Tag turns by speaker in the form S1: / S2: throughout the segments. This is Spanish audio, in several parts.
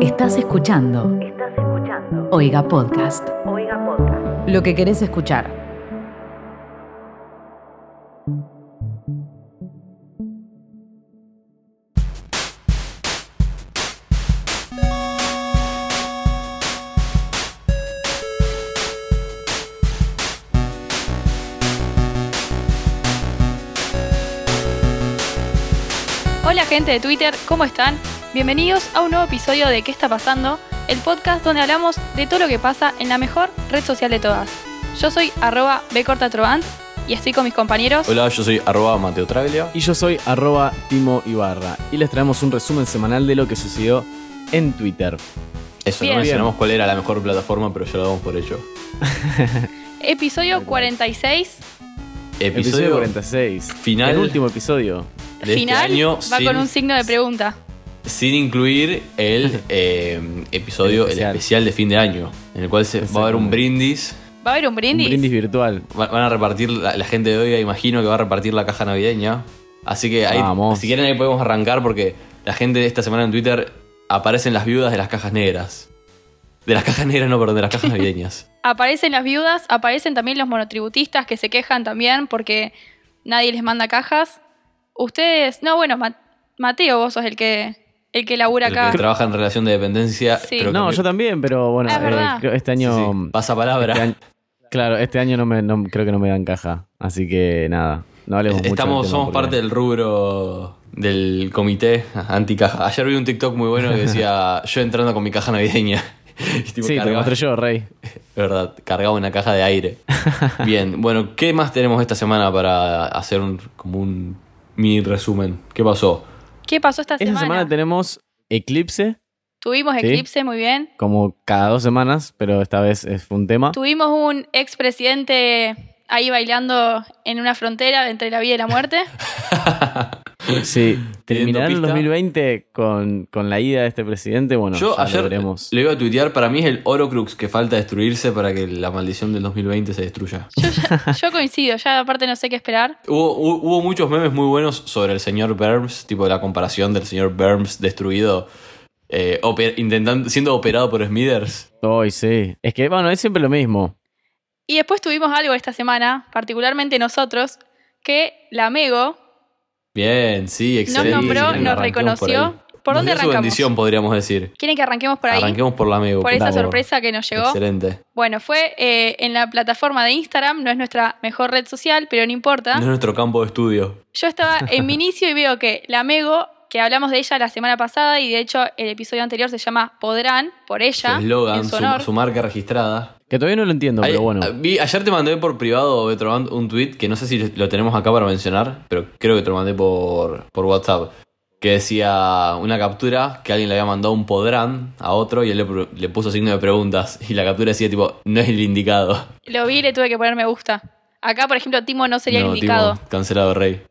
S1: Estás escuchando
S2: Estás escuchando
S1: Oiga Podcast,
S2: Oiga Podcast.
S1: lo que querés escuchar.
S3: Hola gente de Twitter, ¿cómo están? Bienvenidos a un nuevo episodio de ¿Qué está pasando? El podcast donde hablamos de todo lo que pasa en la mejor red social de todas. Yo soy arroba bcortatrovant y estoy con mis compañeros.
S4: Hola, yo soy arroba Mateo Traglia.
S5: Y yo soy arroba Timo Ibarra y les traemos un resumen semanal de lo que sucedió en Twitter.
S4: Eso,
S3: Bien.
S4: no mencionamos cuál era la mejor plataforma, pero ya lo damos por hecho.
S3: Episodio 46,
S4: Episodio 40.
S5: 46.
S4: Final.
S5: El último episodio.
S4: de
S3: final,
S4: este año,
S3: va
S4: sin,
S3: con un signo de pregunta.
S4: sin incluir el eh, episodio,
S5: El
S4: el
S5: especial.
S4: especial de fin de año, en el cual se, va a haber un
S5: Exactamente.
S4: brindis.
S3: ¿Va a haber un brindis?
S5: Un brindis virtual.
S4: Va- Van a repartir, la, la gente de hoy, imagino que va a repartir la caja navideña. Así que ahí,
S5: Vamos.
S4: si quieren, ahí podemos arrancar porque la gente de esta semana en Twitter aparecen las viudas de las cajas negras. De las cajas negras, no, perdón, de las cajas navideñas.
S3: Aparecen las viudas, aparecen también los monotributistas que se quejan también porque nadie les manda cajas. Ustedes, no, bueno, Ma- Mateo, vos sos el que, el que labura
S4: El
S3: acá.
S4: que trabaja en relación de dependencia.
S3: Sí.
S4: pero
S5: No,
S4: que-
S5: yo también, pero bueno,
S3: Ah, es verdad.
S5: creo- este año.
S4: Sí, sí. Pasa palabra.
S5: este año- claro, este año no me, no- creo que no me dan caja. Así que nada. No hablemos mucho
S4: Estamos,
S5: del tema
S4: somos
S5: porque-
S4: parte del rubro del comité anticaja. Ayer vi un TikTok muy bueno que decía yo entrando con mi caja navideña. Y tipo,
S5: Sí, te lo
S4: cargaba-
S5: mostré yo, Rey.
S4: verdad, cargaba una caja de aire. Bien, bueno, ¿qué más tenemos esta semana para hacer un, como un mini resumen? ¿Qué pasó?
S3: ¿Qué pasó esta
S5: Esta
S3: semana?
S5: semana tenemos Eclipse,
S3: Tuvimos
S5: Sí.
S3: eclipse, muy bien.
S5: como cada dos semanas, pero esta vez es un tema.
S3: Tuvimos un expresidente ahí bailando en una frontera entre la vida y la muerte.
S5: Sí, terminarán el
S4: pista.
S5: 2020 con, con la ida de este presidente. Bueno,
S4: Yo
S5: ya
S4: ayer
S5: lo veremos.
S4: lo iba a tuitear, para mí es el Orocrux que falta destruirse para que la maldición del 2020 se destruya.
S3: Yo, ya- yo coincido, ya aparte no sé qué esperar.
S4: Hubo, hu- hubo muchos memes muy buenos sobre el señor Burns, tipo la comparación del señor Burns destruido, eh, oper- intentando, siendo operado por Smithers.
S5: Hoy sí. Es que, bueno, es siempre lo mismo.
S3: Y después tuvimos algo esta semana, particularmente nosotros, que la Mego
S4: Bien, sí,
S3: nos
S4: excelente.
S3: nombró,
S4: Bien,
S3: nos
S4: arranquemos
S3: reconoció.
S4: ahí.
S3: ¿Por
S4: Nos
S3: dónde
S4: dio su
S3: arrancamos?
S4: bendición, podríamos decir.
S3: ¿Quieren que arranquemos por ahí?
S4: Arranquemos por la amigo.
S3: por esa
S5: Bravo.
S3: sorpresa que nos llegó.
S4: Excelente.
S3: Bueno, fue eh, en la plataforma de Instagram, no es nuestra mejor red social, pero no importa.
S4: No es nuestro campo de estudio.
S3: Yo estaba en mi inicio y veo que la Mego, que hablamos de ella la semana pasada y de hecho el episodio anterior se llama Podrán, por
S4: Su
S3: ella,
S4: eslogan,
S3: en su
S4: su,
S3: honor.
S4: su marca registrada.
S5: Que todavía no lo entiendo,
S4: Ay, ah,
S5: pero bueno.
S4: vi- ayer te mandé por privado, Betroband, un tweet que no sé si lo tenemos acá para mencionar, pero creo que te lo mandé por, por WhatsApp. Que decía una captura que alguien le había mandado un podrán a otro y él le, pro- le puso signo de preguntas. Y la captura decía, tipo, no es el indicado.
S3: Lo vi y le tuve que poner me gusta. Acá, por ejemplo, Timo no sería el
S4: no,
S3: indicado.
S4: tipo, cancelado, rey.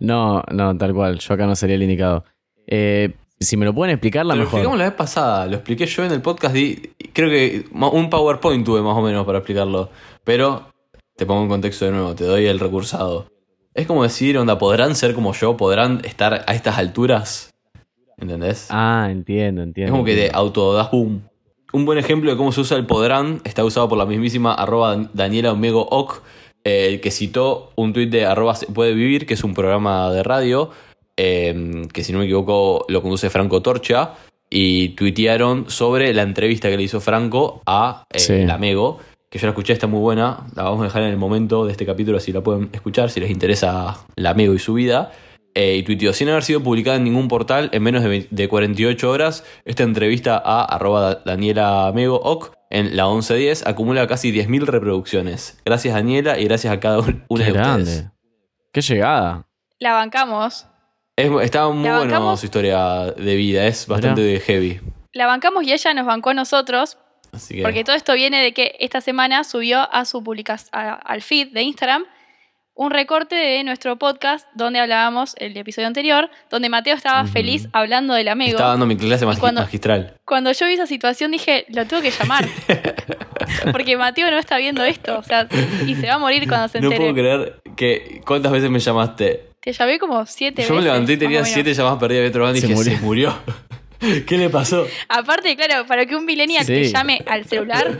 S5: No, no, tal cual. Yo acá no sería el indicado. Eh, si me lo pueden explicar, la
S4: Te lo explicamos
S5: mejor.
S4: la vez pasada, lo expliqué yo en el podcast y y creo que ma- un PowerPoint tuve más o menos para explicarlo. Pero te pongo en contexto de nuevo, te doy el recursado. Es como decir, onda, ¿podrán ser como yo? ¿Podrán estar a estas alturas? ¿Entendés?
S5: Ah, entiendo, entiendo.
S4: es como que te
S5: entiendo.
S4: autodas boom. Un buen ejemplo de cómo se usa el podrán está usado por la mismísima arroba Daniela Omego Oc, eh, el que citó un tuit de arroba se puede vivir, que es un programa de radio, eh, que si no me equivoco lo conduce Franco Torcha, y tuitearon sobre la entrevista que le hizo Franco a eh,
S5: Sí.
S4: la Mego, que yo la escuché, está muy buena, la vamos a dejar en el momento de este capítulo si la pueden escuchar, si les interesa la Mego y su vida. Eh, y tuiteó, sin haber sido publicada en ningún portal en menos de, 20 de 48 horas, esta entrevista a arroba da- Daniela Mego Oc en la 1110 acumula casi 10.000 reproducciones. Gracias Daniela y gracias a cada un- una
S5: Qué
S4: de ustedes.
S5: grande. Qué llegada.
S3: La bancamos.
S4: Es- está muy
S3: ¿La
S4: bueno
S3: bancamos?
S4: su historia de vida, es bastante heavy.
S3: La bancamos y ella nos bancó a nosotros,
S4: Así que,
S3: porque todo esto viene de que esta semana subió a su publica- a- al feed de Instagram un recorte de nuestro podcast donde hablábamos el episodio anterior, donde Mateo estaba
S4: Ujú.
S3: feliz hablando del amigo.
S4: estaba dando mi clase magi-
S3: cuando-
S4: magistral.
S3: Cuando yo vi esa situación dije, lo tengo que llamar. Porque Mateo no está viendo esto. O sea, y se va a morir cuando se
S4: No
S3: entere.
S4: puedo creer que cuántas veces me llamaste.
S3: Te llamé como siete
S4: Yo me
S3: veces,
S4: levanté y
S3: más
S4: tenía
S3: o menos.
S4: siete llamadas perdidas de otro bando y
S5: Se
S4: dije,
S5: murió.
S4: se murió. ¿Qué le pasó?
S3: Aparte, claro, para que un millennial
S5: Sí.
S3: te llame al celular,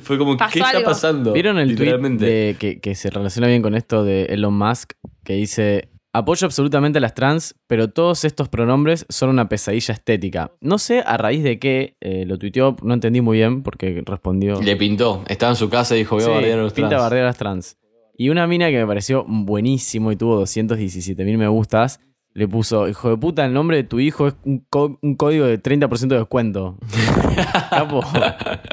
S4: Fue como,
S3: Pasó
S4: ¿qué está
S3: algo.
S4: pasando?
S5: ¿Vieron el tweet
S4: Literalmente.
S5: de- que, que se relaciona bien con esto de Elon Musk? Que dice: Apoyo absolutamente a las trans, pero todos estos pronombres son una pesadilla estética. No sé a raíz de qué eh, lo tuiteó, no entendí muy bien porque respondió.
S4: Le pintó. Estaba en su casa y dijo, voy a
S5: Sí,
S4: bardear a los
S5: pinta
S4: trans.
S5: bardear a las trans. Y una mina que me pareció buenísimo y tuvo 217 mil me gustas, le puso, hijo de puta, el nombre de tu hijo es un, co- un código de 30% de descuento. Capo,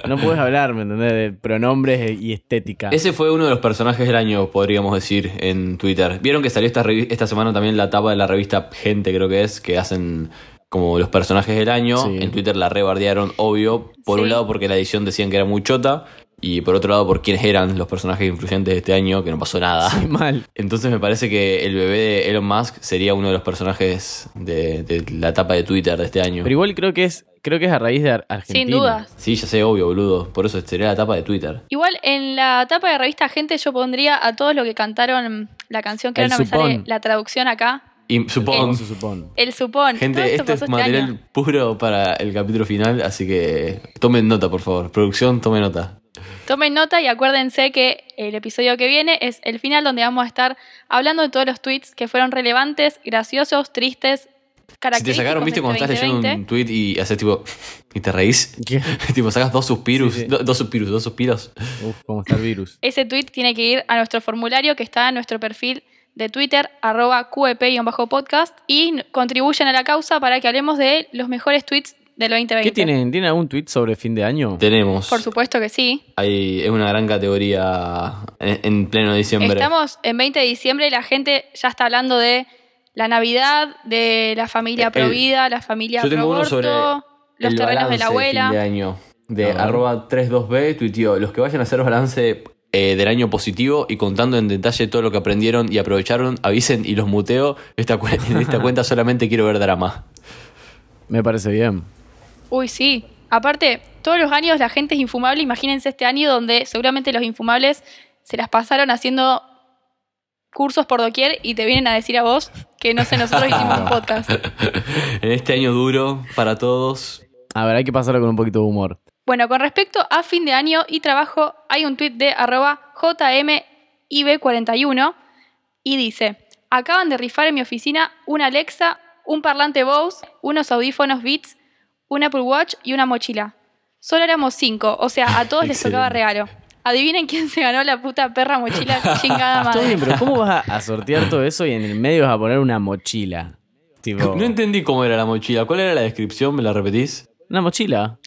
S5: no puedes hablar, ¿me entendés? De pronombres y estética.
S4: Ese fue uno de los personajes del año, podríamos decir, en Twitter. Vieron que salió esta, revi- esta semana también la tapa de la revista Gente, creo que es, que hacen como los personajes del año.
S5: Sí.
S4: En Twitter la rebardearon, obvio. Por un
S3: Sí.
S4: lado porque la edición decían que era muy chota. Y por otro lado por quiénes eran los personajes influyentes de este año, que no pasó nada.
S5: Sí, mal.
S4: Entonces me parece que el bebé de Elon Musk sería uno de los personajes de, de la tapa de Twitter de este año.
S5: Pero igual creo que es, creo que es a raíz de Ar- Argentina.
S3: sin dudas.
S4: Sí, ya sé, obvio, boludo. Por eso sería la tapa de Twitter.
S3: Igual en la tapa de revista Gente yo pondría a todos los que cantaron la canción que
S5: El
S3: ahora no me sale
S5: Supón.
S3: la traducción acá.
S4: Y supongo...
S5: Supongo, se supone.
S3: El supón. Todo
S4: Gente,
S3: esto
S4: este
S3: pasó
S4: es
S3: este
S4: material
S3: año.
S4: puro para el capítulo final, así que tomen nota, por favor. Producción, tomen nota.
S3: Tomen nota y acuérdense que el episodio que viene es el final donde vamos a estar hablando de todos los tweets que fueron relevantes, graciosos, tristes,
S4: Si te
S3: característicos.
S4: sacaron, viste,
S3: de este
S4: cuando estás leyendo
S3: 2020.
S4: un tweet y haces tipo. y te reís.
S5: ¿Qué?
S4: tipo, sacas dos suspiros.
S5: Sí, sí.
S4: do- dos suspiros, dos suspiros.
S5: Uf, cómo está el virus.
S3: Ese tweet tiene que ir a nuestro formulario que está en nuestro perfil de Twitter, arroba E QEP-podcast, y n- contribuyen a la causa para que hablemos de los mejores tweets del 2020.
S5: ¿Qué tienen? ¿Tienen algún tweet sobre fin de año?
S4: Tenemos.
S3: Por supuesto que sí.
S4: Hay, es una gran categoría en, en pleno diciembre.
S3: Estamos en 20 de diciembre y la gente ya está hablando de la Navidad, de la familia
S4: El-
S3: provida, la familia
S4: yo tengo uno
S3: proaborto,
S4: sobre
S3: los terrenos
S4: El
S3: de
S4: balance
S3: la abuela.
S4: fin de año. De
S5: A ver.
S4: arroba 32B, tuiteó. Los que vayan a hacer balance eh, del año positivo y contando en detalle todo lo que aprendieron y aprovecharon, avisen y los muteo. Esta cu- en esta cuenta solamente quiero ver drama.
S5: Me parece bien.
S3: Uy, sí. Aparte, todos los años la gente es infumable. Imagínense este año donde seguramente los infumables se las pasaron haciendo cursos por doquier y te vienen a decir a vos que no sé, nosotros hicimos un podcast.
S4: En este año duro para todos.
S5: A ver, hay que pasarlo con un poquito de humor.
S3: Bueno, con respecto a fin de año y trabajo, hay un tuit de arroba jmib41 y dice, acaban de rifar en mi oficina una Alexa, un parlante Bose, unos audífonos Beats, un Apple Watch y una mochila. Solo éramos cinco, o sea, a todos les tocaba regalo. Adivinen quién se ganó la puta perra mochila chingada
S5: Todo bien,
S3: Ah, madre.
S5: pero ¿cómo vas a, a sortear todo eso y en el medio vas a poner una mochila? Tipo,
S4: No entendí cómo era la mochila. ¿Cuál era la descripción? ¿Me la repetís?
S5: una mochila.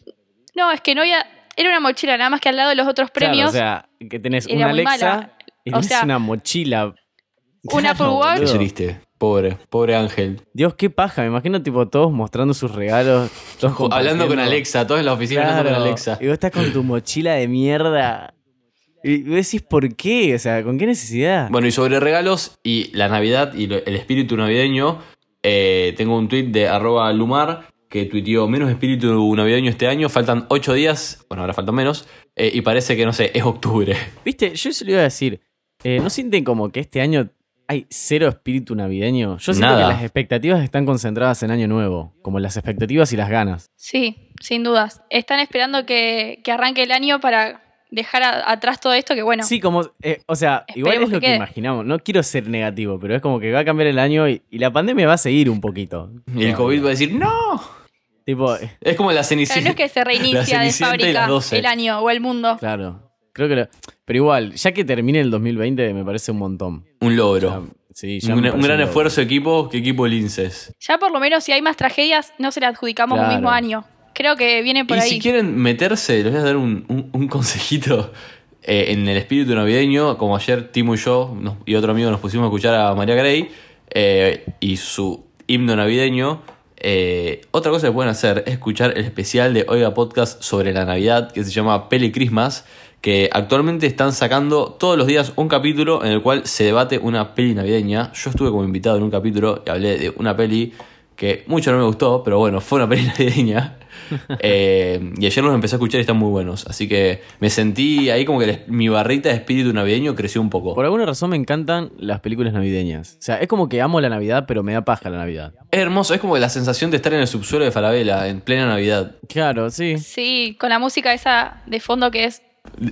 S3: No, es que no había... Era una mochila, nada más que al lado de los otros premios,
S5: Claro, o sea, que tenés
S3: Era
S5: una
S3: muy
S5: Alexa
S3: mala.
S5: y
S3: O
S5: tenés
S3: sea,
S5: una mochila.
S3: un Apple Watch.
S4: Qué
S5: boludo.
S4: triste. Pobre, pobre Ángel.
S5: Dios, qué paja. Me imagino, tipo, todos mostrando sus regalos. todos
S4: Hablando con
S5: compartiendo.
S4: Alexa, todos en la oficina hablando con
S5: Claro.
S4: Alexa.
S5: Y vos estás con tu mochila de mierda. Y vos decís, ¿por qué? O sea, ¿con qué necesidad?
S4: Bueno, y sobre regalos y la Navidad y lo- el espíritu navideño, eh, tengo un tweet de arroba lumar que tuiteó menos espíritu navideño este año, faltan 8 días, bueno, ahora faltan menos, eh, y parece que, no sé, es octubre.
S5: Viste, yo eso le iba a decir. Eh, ¿No sienten como que este año hay cero espíritu navideño? Yo siento
S4: Nada.
S5: que las expectativas están concentradas en Año Nuevo. Como las expectativas y las ganas.
S3: Sí, sin dudas. Están esperando que, que arranque el año para dejar a- atrás todo esto, que bueno,
S5: Sí, como. eh, o sea, igual
S3: Esperemos
S5: es lo
S3: que
S5: que,
S3: quede.
S5: imaginamos. No quiero ser negativo, pero es como que va a cambiar el año y, y la pandemia va a seguir un poquito.
S4: Y el COVID va a decir, ¡No!
S5: Tipo, eh,
S4: Es como
S3: Pero
S4: la
S3: no
S4: cenicienta.
S3: es que se
S4: La
S3: reinicia de
S4: Cenicienta y
S3: fábrica
S4: las doce.
S3: el año o el mundo.
S5: claro. Creo que. lo- pero igual, ya que termine el 2020, me parece un montón.
S4: Un
S5: O sea,
S4: logro.
S5: sí, ya
S4: Un,
S5: me
S4: un
S5: parece
S4: gran
S5: logro.
S4: esfuerzo equipo, que equipo linces.
S3: Ya por lo menos si hay más tragedias, no se las adjudicamos
S5: Claro.
S3: un mismo año. Creo que viene por
S4: Y
S3: ahí.
S4: si quieren meterse, les voy a dar un, un- un consejito eh, en el espíritu navideño. Como ayer Timo y yo nos- y otro amigo nos pusimos a escuchar a María Grey eh, y su himno navideño. eh, otra cosa que pueden hacer es escuchar el especial de Oiga Podcast sobre la Navidad que se llama Pele Christmas. Que actualmente están sacando todos los días un capítulo en el cual se debate una peli navideña. Yo estuve como invitado en un capítulo y hablé de una peli que mucho no me gustó, pero bueno, fue una peli navideña. Eh, y ayer los empecé a escuchar y están muy buenos. Así que me sentí ahí como que el- mi barrita de espíritu navideño creció un poco.
S5: Por alguna razón me encantan las películas navideñas. O sea, es como que amo la Navidad, pero me da paja la Navidad.
S4: Es hermoso, es como la sensación de estar en el subsuelo de Falabella, en plena Navidad.
S5: Claro, sí.
S3: Sí, con la música esa de fondo que es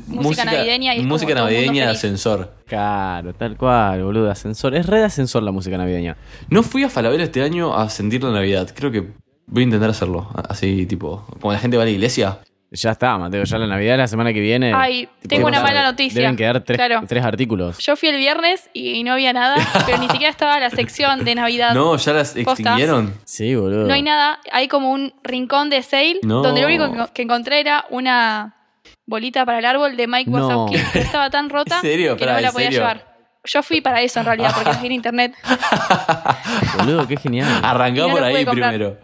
S3: música, navideña y es
S4: música
S3: como todo el mundo
S4: navideña de
S3: feliz.
S4: ascensor.
S5: Claro, tal cual, boludo. de Ascensor. Es red ascensor la música navideña.
S4: No fui a Falabella este año a sentir la Navidad. Creo que voy a intentar hacerlo. Así, tipo, como la gente va a la iglesia.
S5: Ya está, Mateo. Ya la Navidad la semana que viene.
S3: Ay,
S5: tipo,
S3: tengo una
S5: deben-
S3: mala noticia.
S5: Deben quedar tres,
S3: Claro.
S5: tres artículos.
S3: Yo fui el viernes y, y no había nada, pero ni siquiera estaba la sección de Navidad.
S4: No, ya las extinguieron.
S5: Sí, boludo.
S3: No hay nada, hay como un rincón de sale
S4: No.
S3: donde lo único que, que encontré era una bolita para el árbol de Mike
S5: No.
S3: Wazowski. pero Estaba tan rota
S4: ¿En serio?
S3: que
S4: Pará,
S3: no me la
S4: ¿en
S3: podía
S4: serio?
S3: llevar. Yo fui para eso en realidad, porque las vi en internet.
S5: Boludo, qué genial.
S4: Arrancá
S3: Y no
S4: por
S3: lo
S4: ahí
S3: pude comprar.
S4: primero.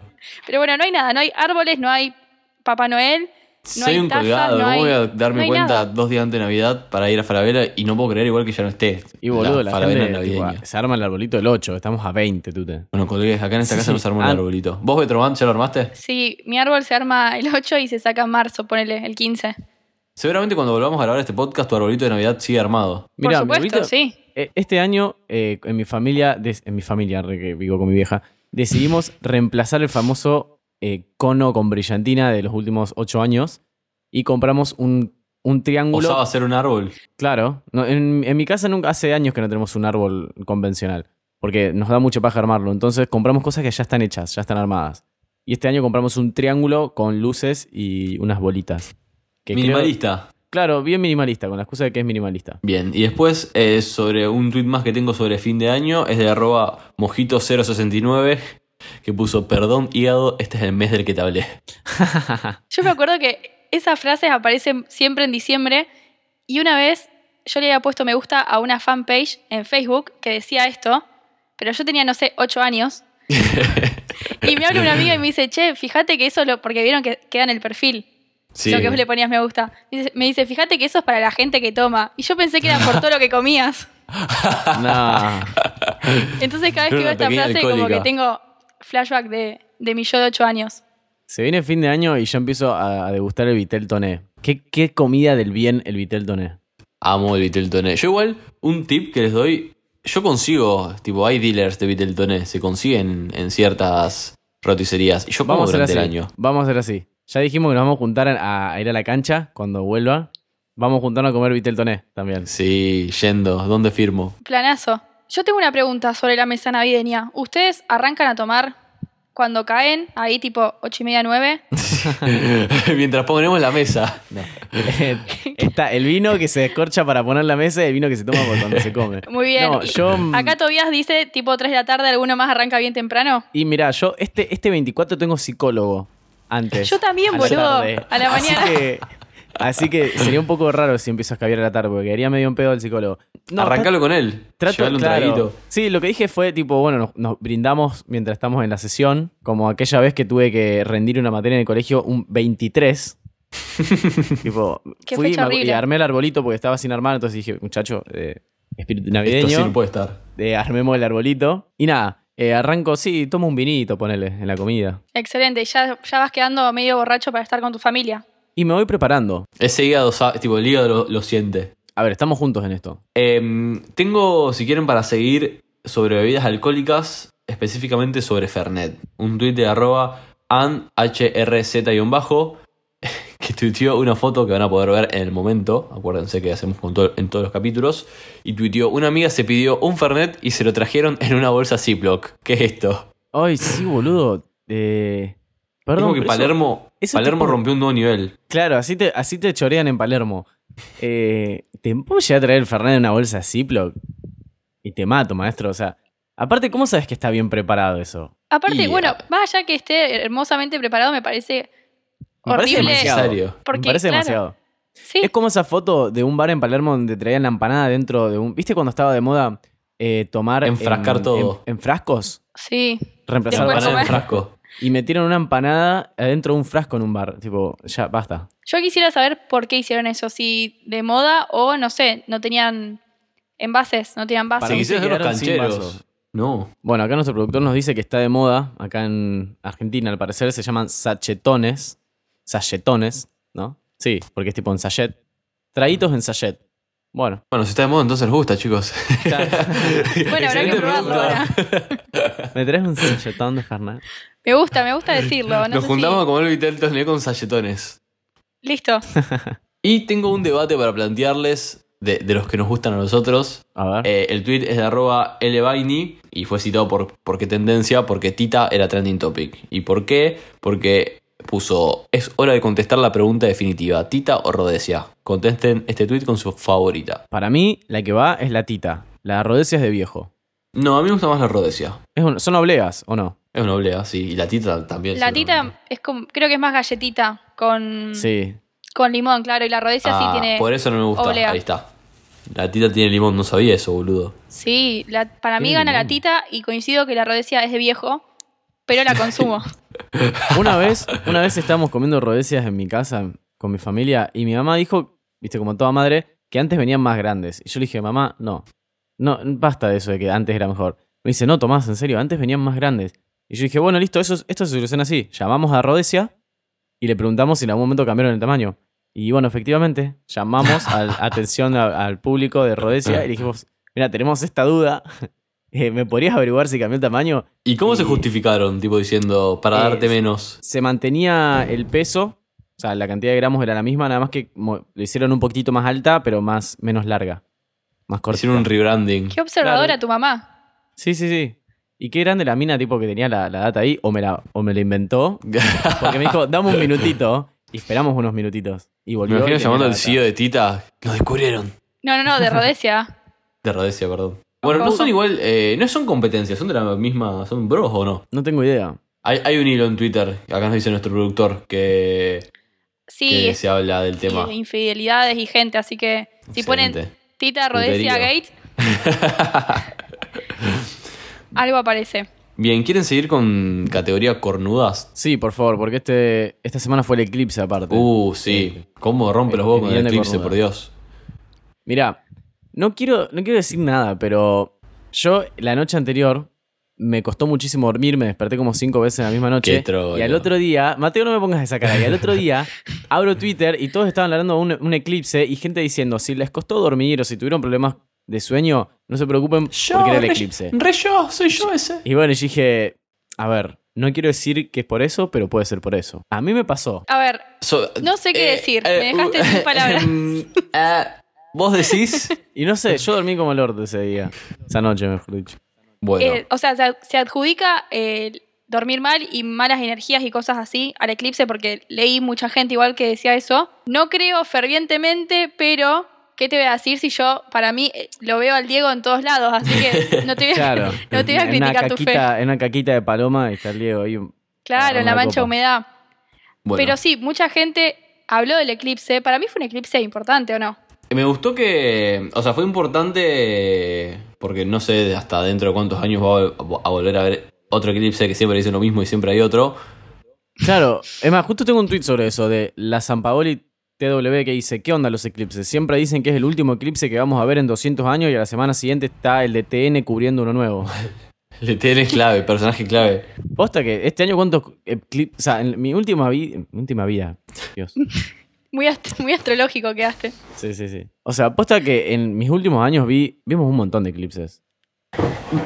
S3: Pero bueno, no hay nada, no hay árboles, no hay Papá Noel. No
S4: Soy
S3: hay
S4: un
S3: tazas,
S4: colgado,
S3: no
S4: ¿cómo
S3: hay-
S4: voy a darme
S3: no hay
S4: cuenta
S3: nada.
S4: dos días antes de Navidad para ir a Falabella y no puedo creer igual que ya no esté?
S5: Y boludo, la,
S4: Falabella
S5: gente
S4: navideña.
S5: tipo, se arma el arbolito el 8. Estamos a 20, tute.
S4: Bueno, colegas, acá en esta
S5: Sí,
S4: casa
S5: sí.
S4: nos armó el
S5: Ah.
S4: arbolito. ¿Vos, Betrobán, ya lo armaste?
S3: Sí, mi árbol se arma el 8 y se saca en marzo, ponele el 15.
S4: Seguramente cuando volvamos a grabar este podcast, tu arbolito de Navidad sigue armado.
S5: Mirá, mi
S3: Por supuesto,
S5: arbolito-
S3: sí.
S5: Eh, Este año, eh, en mi familia, des- en mi familia, re que vivo con mi vieja, decidimos reemplazar el famoso eh, cono con brillantina de los últimos ocho años y compramos un, un triángulo.
S4: Osaba hacer un árbol.
S5: Claro, no, en, en mi casa nunca, hace años que no tenemos un árbol convencional, porque nos da mucha paja armarlo. Entonces compramos cosas que ya están hechas, ya están armadas. Y este año compramos un triángulo con luces y unas bolitas. que creo-
S4: Minimalista.
S5: claro, bien minimalista, con la excusa de que es minimalista.
S4: Bien, y después eh, sobre un tweet más que tengo sobre fin de año es de arroba mojito069 que puso perdón hígado, este es el mes del que te hablé.
S3: Yo me acuerdo que esas frases aparecen siempre en diciembre y una vez yo le había puesto me gusta a una fanpage en Facebook que decía esto, pero yo tenía, no sé, 8 años. y me habla una amiga y me dice, che, fíjate que eso lo. porque vieron que queda en el perfil. Lo que vos le ponías me gusta. Me dice- me dice, fíjate que eso es para la gente que toma. Y yo pensé que era por todo lo que comías.
S5: Nah.
S3: Entonces cada vez
S4: Era
S3: que veo
S4: una
S3: esta
S4: pequeña
S3: frase, como que
S4: alcohólica.
S3: tengo flashback de, de mi yo de 8 años.
S5: Se viene fin de año y yo empiezo a, a degustar el vitel toné. ¿Qué, qué comida del bien el vitel toné?
S4: Amo el Viteltoné. Yo igual, un tip que les doy, yo consigo, tipo, hay dealers de Viteltoné, se consiguen en ciertas roticerías. Y yo como
S5: Vamos a hacer
S4: durante el
S5: así.
S4: año.
S5: Vamos a hacer así. Ya dijimos que nos vamos a juntar a, a ir a la cancha cuando vuelva. Vamos a juntarnos a comer vitel toné también.
S4: Sí, yendo, ¿dónde firmo?
S3: Planazo. Yo tengo una pregunta sobre la mesa navideña. ¿Ustedes arrancan a tomar cuando caen, ahí tipo 8 y media, 9?
S4: Mientras ponemos la mesa.
S5: Está el vino que se descorcha para poner la mesa y el vino que se toma por cuando se come.
S3: Muy bien.
S5: No,
S3: Y-
S5: yo. mm,
S3: Acá Tobías dice tipo 3 de la tarde, ¿alguno más arranca bien temprano?
S5: Y mirá, yo este, este 24 tengo psicólogo antes.
S3: Yo también,
S5: a la
S3: boludo.
S5: tarde.
S3: A la mañana.
S5: Así que, así que sería un poco raro si empiezo a escabiar a la tarde, porque quedaría medio un pedo al psicólogo. No,
S4: Arrancalo con él.
S5: Trato,
S4: Llevarle un
S5: claro.
S4: traguito.
S5: Sí, lo que dije fue tipo, bueno, nos, nos brindamos mientras estamos en la sesión, como aquella vez que tuve que rendir una materia en el colegio un 23. tipo,
S3: Qué
S5: fui y,
S3: fecha
S5: me-
S3: horrible.
S5: y armé el arbolito porque estaba sin armar, entonces dije, muchacho, eh,
S4: Esto
S5: espíritu
S4: sí no
S5: navideño,
S4: puede estar.
S5: eh, armemos el arbolito. Y nada, eh, arranco, sí, tomo un vinito, ponele, en la comida.
S3: Excelente. Ya, ya vas quedando medio borracho para estar con tu familia.
S5: Y me voy preparando.
S4: Ese hígado, sabe- tipo, el hígado lo, lo siente.
S5: A ver, estamos juntos en esto.
S4: Em, tengo, si quieren, para seguir sobre bebidas alcohólicas, específicamente sobre Fernet. Un tuit de arroba anhrz-bajo que tuiteó una foto que van a poder ver en el momento. Acuérdense que hacemos con todo- en todos los capítulos. Y tuiteó, una amiga se pidió un Fernet y se lo trajeron en una bolsa Ziploc. ¿Qué es esto?
S5: Ay, sí, boludo. Eh,
S4: Es
S5: perdón.
S4: como que
S5: pero eso-
S4: Palermo,
S5: eso
S4: Palermo
S5: tipo-
S4: rompió un nuevo nivel.
S5: Claro, así te, así te chorean en Palermo. Eh, ¿Te puedo llegar a traer el Fernet en una bolsa Ziploc? Y te mato, maestro. O sea, aparte, ¿cómo sabes que está bien preparado eso?
S3: Aparte,
S4: Y,
S3: bueno,
S4: ah.
S3: más allá que esté hermosamente preparado, me parece
S5: Me parece
S3: horrible.
S5: demasiado.
S4: Necesario.
S3: Porque,
S5: Me parece
S3: claro,
S5: demasiado.
S3: Sí,
S5: Es como esa foto de un bar en Palermo donde traían la empanada dentro de un. ¿Viste cuando estaba de moda eh, tomar. en-
S4: Enfrascar
S5: en-
S4: todo.
S5: En, frascos.
S3: sí.
S5: Reemplazar
S3: Después
S5: frascos.
S4: Empanada
S3: comer.
S4: en frasco.
S5: Y metieron una empanada adentro de un frasco en un bar. Tipo, ya, basta.
S3: Yo quisiera saber por qué hicieron eso, si de moda o no sé, no tenían envases, no tenían
S5: Para
S3: vasos.
S5: mí
S4: quisieras ser
S5: se
S4: los
S5: quedaron sin
S4: cancheros.
S5: vaso.
S4: No.
S5: Bueno, acá nuestro productor nos dice que está de moda, acá en Argentina al parecer se llaman sachetones, sachetones, ¿no? Sí, porque es tipo en sachet. Traguitos en sachet. Bueno,
S4: Bueno, si está de moda, entonces nos gusta, chicos.
S3: Bueno, habrá que
S4: Excelente
S3: probarlo
S4: pregunta.
S3: ahora.
S5: ¿me traes un sachetón de Fernet?
S3: Me gusta, me gusta decirlo. no sé
S4: Nos
S3: si-
S4: juntamos a comer vitel tosné con sachetones.
S3: Listo.
S4: Y tengo un debate para plantearles de, de los que nos gustan a nosotros.
S5: A ver.
S4: Eh, el tweet es de arroba lbaini y fue citado por, por qué tendencia, porque Tita era trending topic. ¿Y por qué? Porque puso, es hora de contestar la pregunta definitiva, Tita o Rodesia. Contesten este tweet con su favorita.
S5: Para mí, la que va es la tita. La rodecia es de viejo.
S4: No, a mí me gusta más la Rodesia.
S5: Es un- ¿Son obleas o no?
S4: Es una oblea, sí. Y la Tita también.
S3: La
S4: seguramente.
S3: tita es como, creo que es más galletita con,
S5: Sí.
S3: con limón, claro. Y la rodecia
S4: Ah,
S3: sí tiene.
S4: Por eso no me gusta.
S3: oblea.
S4: Ahí está. La Tita tiene limón, no sabía eso, boludo.
S3: Sí, la- para mí
S5: Tiene
S3: gana la
S5: limón.
S3: tita y coincido que la rodecia es de viejo, pero la consumo.
S5: Una vez, una vez estábamos comiendo rodecias en mi casa con mi familia y mi mamá dijo, viste, como toda madre, que antes venían más grandes. Y yo le dije, mamá, no. No, basta de eso de que antes era mejor. Me dice, no, Tomás, en serio, antes venían más grandes. Y yo dije, bueno, listo, eso, es- esto se soluciona así. Llamamos a Rodesia y le preguntamos si en algún momento cambiaron el tamaño. Y bueno, efectivamente, llamamos a la atención a- al público de Rodesia y le dijimos, mira, tenemos esta duda. Eh, ¿Me podrías averiguar si cambió el tamaño?
S4: ¿Y cómo se
S5: Y-
S4: justificaron? Tipo diciendo, para
S5: Eh,
S4: darte
S5: sí.
S4: menos.
S5: se mantenía el peso, o sea, la cantidad de gramos era la misma, nada más que mo- lo hicieron un poquitito más alta, pero más menos larga, más corta.
S4: Hicieron un rebranding.
S3: Qué observadora
S5: Claro.
S3: tu mamá.
S5: Sí, sí, sí. ¿Y qué grande la mina tipo que tenía la, la data ahí? O me la, o me la inventó. Porque me dijo, dame un minutito. Y esperamos unos minutitos. Y
S4: Me
S5: volvió.
S4: imagino llamando al CEO
S5: sitio
S4: de Tita. Lo descubrieron.
S3: No, no, no, de rodecia.
S4: De Rodesia, perdón. Bueno, no son igual, eh, no son competencias, son de la misma, son bros o no.
S5: No tengo idea.
S4: Hay, hay un hilo en Twitter, acá nos dice nuestro productor, que,
S3: Sí,
S4: que se habla del
S3: y
S4: tema.
S3: infidelidades y gente, así que si ponen
S4: Excelente.
S3: tita rodecia
S4: Puterío.
S3: gate, algo aparece.
S4: Bien, ¿quieren seguir con categoría cornudas?
S5: Sí, por favor, porque este, esta semana fue el eclipse aparte.
S4: Uh, sí. ¿Cómo rompe los huevos con
S5: Bien
S4: el
S5: de
S4: eclipse,
S5: cornuda.
S4: por Dios?
S5: Mirá, no quiero, no quiero decir nada, pero yo la noche anterior me costó muchísimo dormir, me desperté como cinco veces en la misma noche.
S4: Qué trolo.
S5: y al otro día, Mateo, no me pongas esa cara. Y al otro día abro Twitter y todos estaban hablando de un, un eclipse y gente diciendo: si les costó dormir o si tuvieron problemas de sueño, no se preocupen porque era el eclipse.
S4: Re yo, soy yo ese.
S5: Y bueno, yo dije: A ver, no quiero decir que es por eso, pero puede ser por eso. A mí me pasó.
S3: A ver,
S4: So-
S3: No sé
S4: Eh,
S3: qué decir, me dejaste sin palabras.
S4: mm, uh, eh, ¿Vos decís?
S5: Y no sé, yo dormí como el orto ese día. Esa noche, mejor dicho.
S4: Bueno,
S3: eh, o sea, se ad- se adjudica el dormir mal y malas energías y cosas así al eclipse, porque leí mucha gente igual que decía eso. No creo fervientemente, pero ¿qué te voy a decir si yo, para mí, eh, lo veo al Diego en todos lados? Así que no te voy a,
S5: Claro.
S3: no te voy a
S5: En una
S3: criticar tu fe.
S5: caquita- En una caquita de paloma y está el Diego ahí.
S3: Claro, en la
S5: una
S3: mancha
S5: copa.
S3: humedad.
S4: bueno.
S3: Pero sí, mucha gente habló del eclipse. Para mí fue un eclipse importante, ¿o no?
S4: Eh, Me gustó que, o sea, fue importante porque no sé hasta dentro de cuántos años va a vol- a volver a ver otro eclipse que siempre dicen lo mismo y siempre hay otro.
S5: Claro, es más, justo tengo un tweet sobre eso de la San Paoli TW que dice: ¿Qué onda los eclipses? Siempre dicen que es el último eclipse que vamos a ver en 200 años y a la semana siguiente está el de TN cubriendo uno nuevo.
S4: Le tienes clave, personaje clave.
S5: Posta que este año, ¿cuántos eclipses? O sea, en mi última, vida mi última vida. Dios.
S3: Muy, ast- muy astrológico quedaste.
S5: Sí, sí, sí. O sea, posta que en mis últimos años vi vimos un montón de eclipses.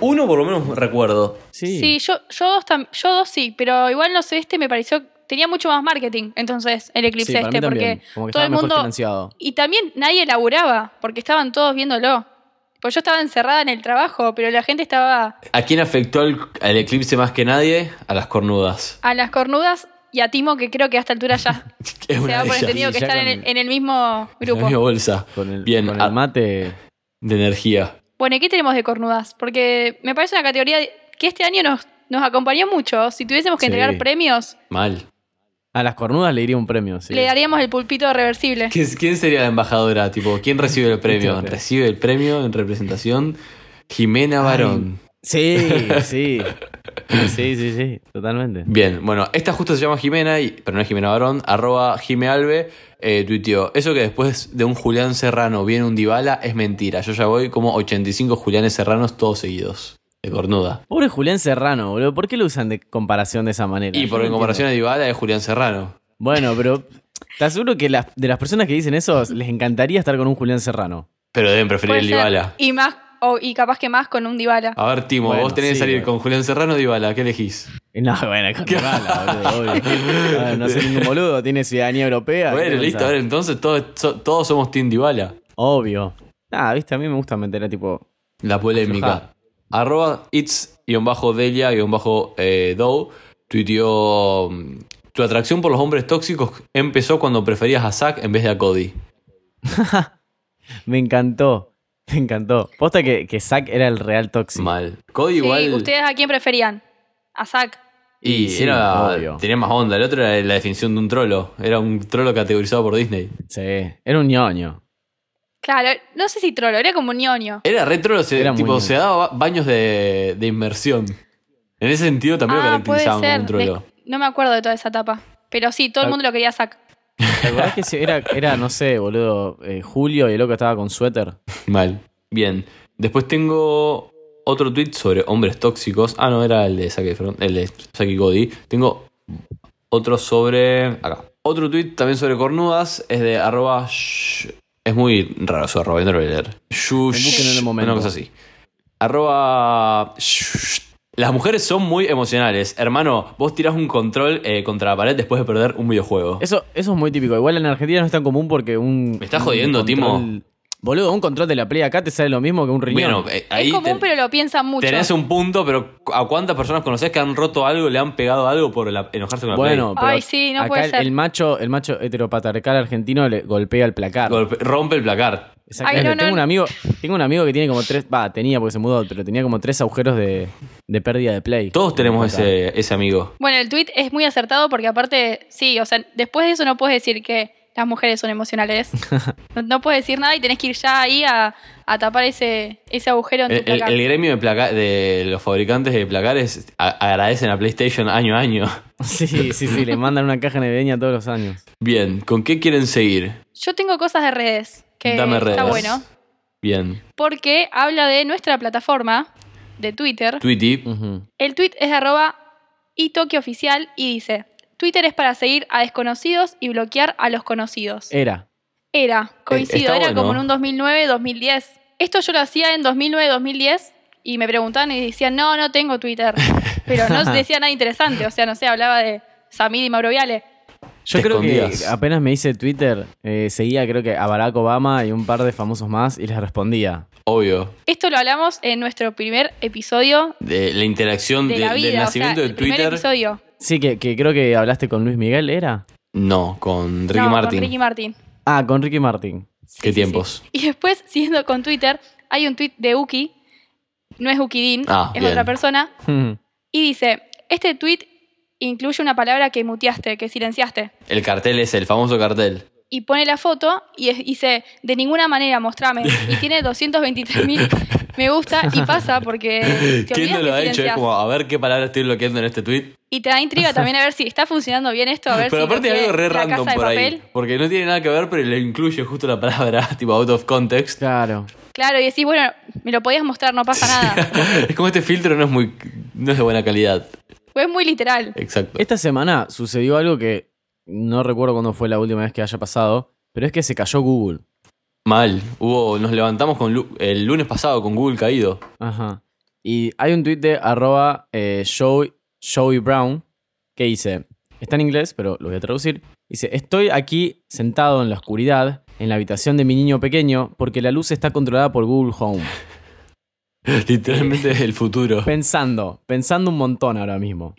S4: Uno por lo menos recuerdo.
S5: Sí.
S3: Sí, yo, yo, dos tam- yo dos sí, pero igual no sé, este me pareció. Tenía mucho más marketing, entonces, el eclipse
S5: Sí, para
S3: este,
S5: mí
S3: porque
S5: también. Como que
S3: todo
S5: estaba
S3: el
S5: mejor
S3: mundo-
S5: financiado.
S3: Y también nadie laburaba, porque estaban todos viéndolo. Pues yo estaba encerrada en el trabajo, pero la gente estaba
S4: ¿A quién afectó el, el eclipse más que nadie? A las cornudas.
S3: a las cornudas y a Timo, que creo que a esta altura ya
S4: Es
S3: se
S4: una
S3: da
S4: de
S3: por
S4: ellas.
S3: entendido
S5: Y
S3: que
S5: ya
S3: están en,
S5: con-
S3: el, en el mismo
S4: La
S3: grupo.
S4: misma bolsa
S5: Con el,
S4: Bien,
S5: con
S4: ah.
S5: el mate.
S4: de energía.
S3: Bueno, ¿y qué tenemos de cornudas? Porque me parece una categoría que este año nos, nos acompañó mucho. Si tuviésemos que
S5: Sí.
S3: entregar premios,
S4: Mal.
S5: A las cornudas le iría un premio, sí.
S3: le daríamos el pulpito reversible.
S4: ¿Quién, quién sería la embajadora? Tipo, ¿quién recibe el premio?
S5: Twitter.
S4: Recibe el premio en representación Jimena Barón.
S5: Sí, sí. Sí, sí, sí, totalmente.
S4: Bien, bueno, esta justo se llama Jimena, y- pero no es Jimena Barón, arroba Jimealbe, eh, tuiteó, eso que después de un Julián Serrano viene un Dybala es mentira, yo ya voy como 85 Julianes Serranos todos seguidos. de cornuda.
S5: Pobre Julián Serrano, boludo. ¿Por qué lo usan de comparación de esa manera?
S4: Y
S5: Yo
S4: por
S5: no
S4: en comparación
S5: entiendo.
S4: a Dybala es Julián Serrano.
S5: Bueno, pero te aseguro que las- de las personas que dicen eso, les encantaría estar con un Julián Serrano.
S4: Pero deben preferir
S3: Puede
S4: el
S3: ser.
S4: Dybala. Ah,
S3: Y más, o- y capaz que más con un Dybala.
S4: A ver, Timo,
S5: Bueno,
S4: vos tenés que
S5: sí,
S4: salir
S5: bueno.
S4: con Julián Serrano o Dybala, ¿qué elegís?
S5: No, bueno, con Dybala, boludo, obvio. A ver, no soy ningún boludo, tiene ciudadanía europea. ¿qué
S4: bueno,
S5: te
S4: listo, a
S5: pensás?
S4: ver, entonces todos, so- todos somos Team Dybala.
S5: Obvio. Nada, viste, a mí me gusta meter a tipo.
S4: La polémica.
S5: Aflojá.
S4: Arroba it's-delia-dow eh, tuiteó mm, tu atracción por los hombres tóxicos empezó cuando preferías a Zack en vez de a Cody.
S5: Me encantó. Me encantó. Posta que, que Zack era el real tóxico.
S4: Mal. Cody
S3: Sí,
S4: igual
S3: ¿Ustedes a quién preferían? A Zack.
S4: y
S5: Sí,
S4: era,
S5: obvio.
S4: tenía más onda. El otro era la definición de un trolo. Era un trolo categorizado por Disney.
S5: Sí, era un ñoño.
S3: Claro, no sé si trolo, era como un ñoño.
S4: Era re trolo, se,
S5: Era muy
S4: tipo,
S5: bueno.
S4: se daba ba- baños de, de inmersión. En ese sentido también lo
S3: ah, puede
S4: caracterizaban como
S3: ser.
S4: un trolo.
S3: Des- No me acuerdo de toda esa etapa. Pero sí, todo el
S5: Ah.
S3: mundo lo quería a Zack.
S5: ¿Te acordás que se- era, era, no sé, boludo, eh, Julio y el loco estaba con suéter?
S4: Mal. Bien. Después tengo otro tweet sobre hombres tóxicos. Ah, no, era el de Zac Efron- el de Saki Cody. Tengo otro sobre. Acá. Otro tweet también sobre cornudas. Es de arroba. sh- Es muy raro su arroba, no lo voy a leer. Yu-
S5: Busquen en el
S4: sh-
S5: momento.
S4: Una cosa así. Arroba. sh- Las mujeres son muy emocionales. Hermano, vos tirás un control eh, contra la pared después de perder un videojuego.
S5: Eso, eso es muy típico. Igual en Argentina no es tan común porque un.
S4: Me estás
S5: un
S4: jodiendo, Timo.
S5: Boludo, un control de la play acá te sale lo mismo que un riñón.
S4: Bueno, eh, ahí
S3: es común,
S4: te-
S3: pero lo piensan mucho.
S4: Tenés un punto, pero ¿a cuántas personas conoces que han roto algo, le han pegado algo por la- enojarse con la
S5: Bueno, pero
S3: Ay, sí, no
S5: acá
S3: puede
S5: el,
S3: ser.
S5: el macho, el macho heteropatriarcal argentino le golpea el placar.
S4: Play? Golpe- rompe el placar.
S5: Exactamente.
S3: Ay, no, no,
S5: tengo un
S3: no.
S5: amigo, tengo un amigo que tiene como tres, va, tenía porque se mudó, pero tenía como tres agujeros de, de pérdida de play.
S4: Todos tenemos
S5: Acá.
S4: ese, ese amigo.
S3: Bueno, el tweet es muy acertado porque aparte, sí, o sea, después de eso no puedes decir que las mujeres son emocionales. no, no puedes decir nada y tenés que ir ya ahí a, a tapar ese, ese agujero en tu
S4: El, el-
S3: placar.
S4: el gremio de, placa- de los fabricantes de placares a- agradecen a PlayStation año a año.
S5: Sí, sí, sí, le mandan una caja navideña todos los años.
S4: Bien, ¿con qué quieren seguir?
S3: Yo tengo cosas de redes que
S4: Dame redes.
S3: está bueno
S4: Bien,
S3: porque habla de nuestra plataforma de Twitter.
S4: Tweety.
S5: Ujú.
S3: El tweet es de arroba itokioficial y dice, Twitter es para seguir a desconocidos y bloquear a los conocidos.
S5: Era.
S3: Era, coincido,
S4: Eh, está
S3: era
S4: bueno.
S3: como en un 2009-2010. Esto yo lo hacía en 2009-2010 y me preguntaban y decían, no, no tengo Twitter. Pero no se decía nada interesante, o sea, no sé, hablaba de Samir y Mauro Viale.
S5: Yo
S4: Te
S5: creo
S4: escondías.
S5: que apenas me hice Twitter, eh, seguía creo que a Barack Obama y un par de famosos más y les respondía.
S4: Obvio.
S3: Esto lo hablamos en nuestro primer episodio
S4: De la interacción
S3: de,
S4: de-
S3: la
S4: del
S3: vida, o sea,
S4: nacimiento
S3: el
S4: de
S3: primer
S4: Twitter.
S3: episodio.
S5: Sí, que, que creo que hablaste con Luis Miguel, ¿era?
S4: No, con Ricky
S3: No, con
S4: Martin.
S3: Ricky Martin.
S5: Ah, con Ricky Martin.
S3: Sí,
S4: ¿Qué
S3: sí,
S4: tiempos?
S3: sí. Y después, siguiendo con Twitter, hay un tweet de Uki, no es Ukidin,
S4: Ah,
S3: es
S4: bien.
S3: otra persona,
S5: Hmm.
S3: y dice, este tweet incluye una palabra que muteaste, que silenciaste.
S4: El cartel es el famoso cartel.
S3: Y pone la foto y es- dice, de ninguna manera, mostrame. Y tiene 223 mil me gusta y pasa porque te
S4: ¿Quién
S3: olvidas
S4: no lo
S3: Eh, que
S4: ha hecho? Es
S3: silencias.
S4: como, a ver qué palabra estoy bloqueando en este tweet.
S3: Y te da intriga también a ver si está funcionando bien esto, a ver
S4: Pero
S3: si
S4: aparte
S3: bloqueé
S4: hay algo re
S3: la
S4: random
S3: casa de
S4: por ahí.
S3: papel.
S4: Porque no tiene nada que ver, pero le incluye justo la palabra, tipo out of context.
S5: Claro.
S3: Claro, y decís, bueno, me lo podías mostrar, no pasa nada.
S4: es como este filtro no es muy. no es de buena calidad.
S3: Fue Pues muy literal.
S4: Exacto.
S5: Esta semana sucedió algo que no recuerdo cuándo fue la última vez que haya pasado, pero es que se cayó Google.
S4: Mal. Hubo, nos levantamos con lu- el lunes pasado con Google caído.
S5: Ajá. Y hay un tweet de arroba eh, Joey, Joey Brown que dice, está en inglés, pero lo voy a traducir. Dice, estoy aquí sentado en la oscuridad, en la habitación de mi niño pequeño, porque la luz está controlada por Google Home.
S4: Literalmente es el futuro.
S5: Pensando, pensando un montón ahora mismo.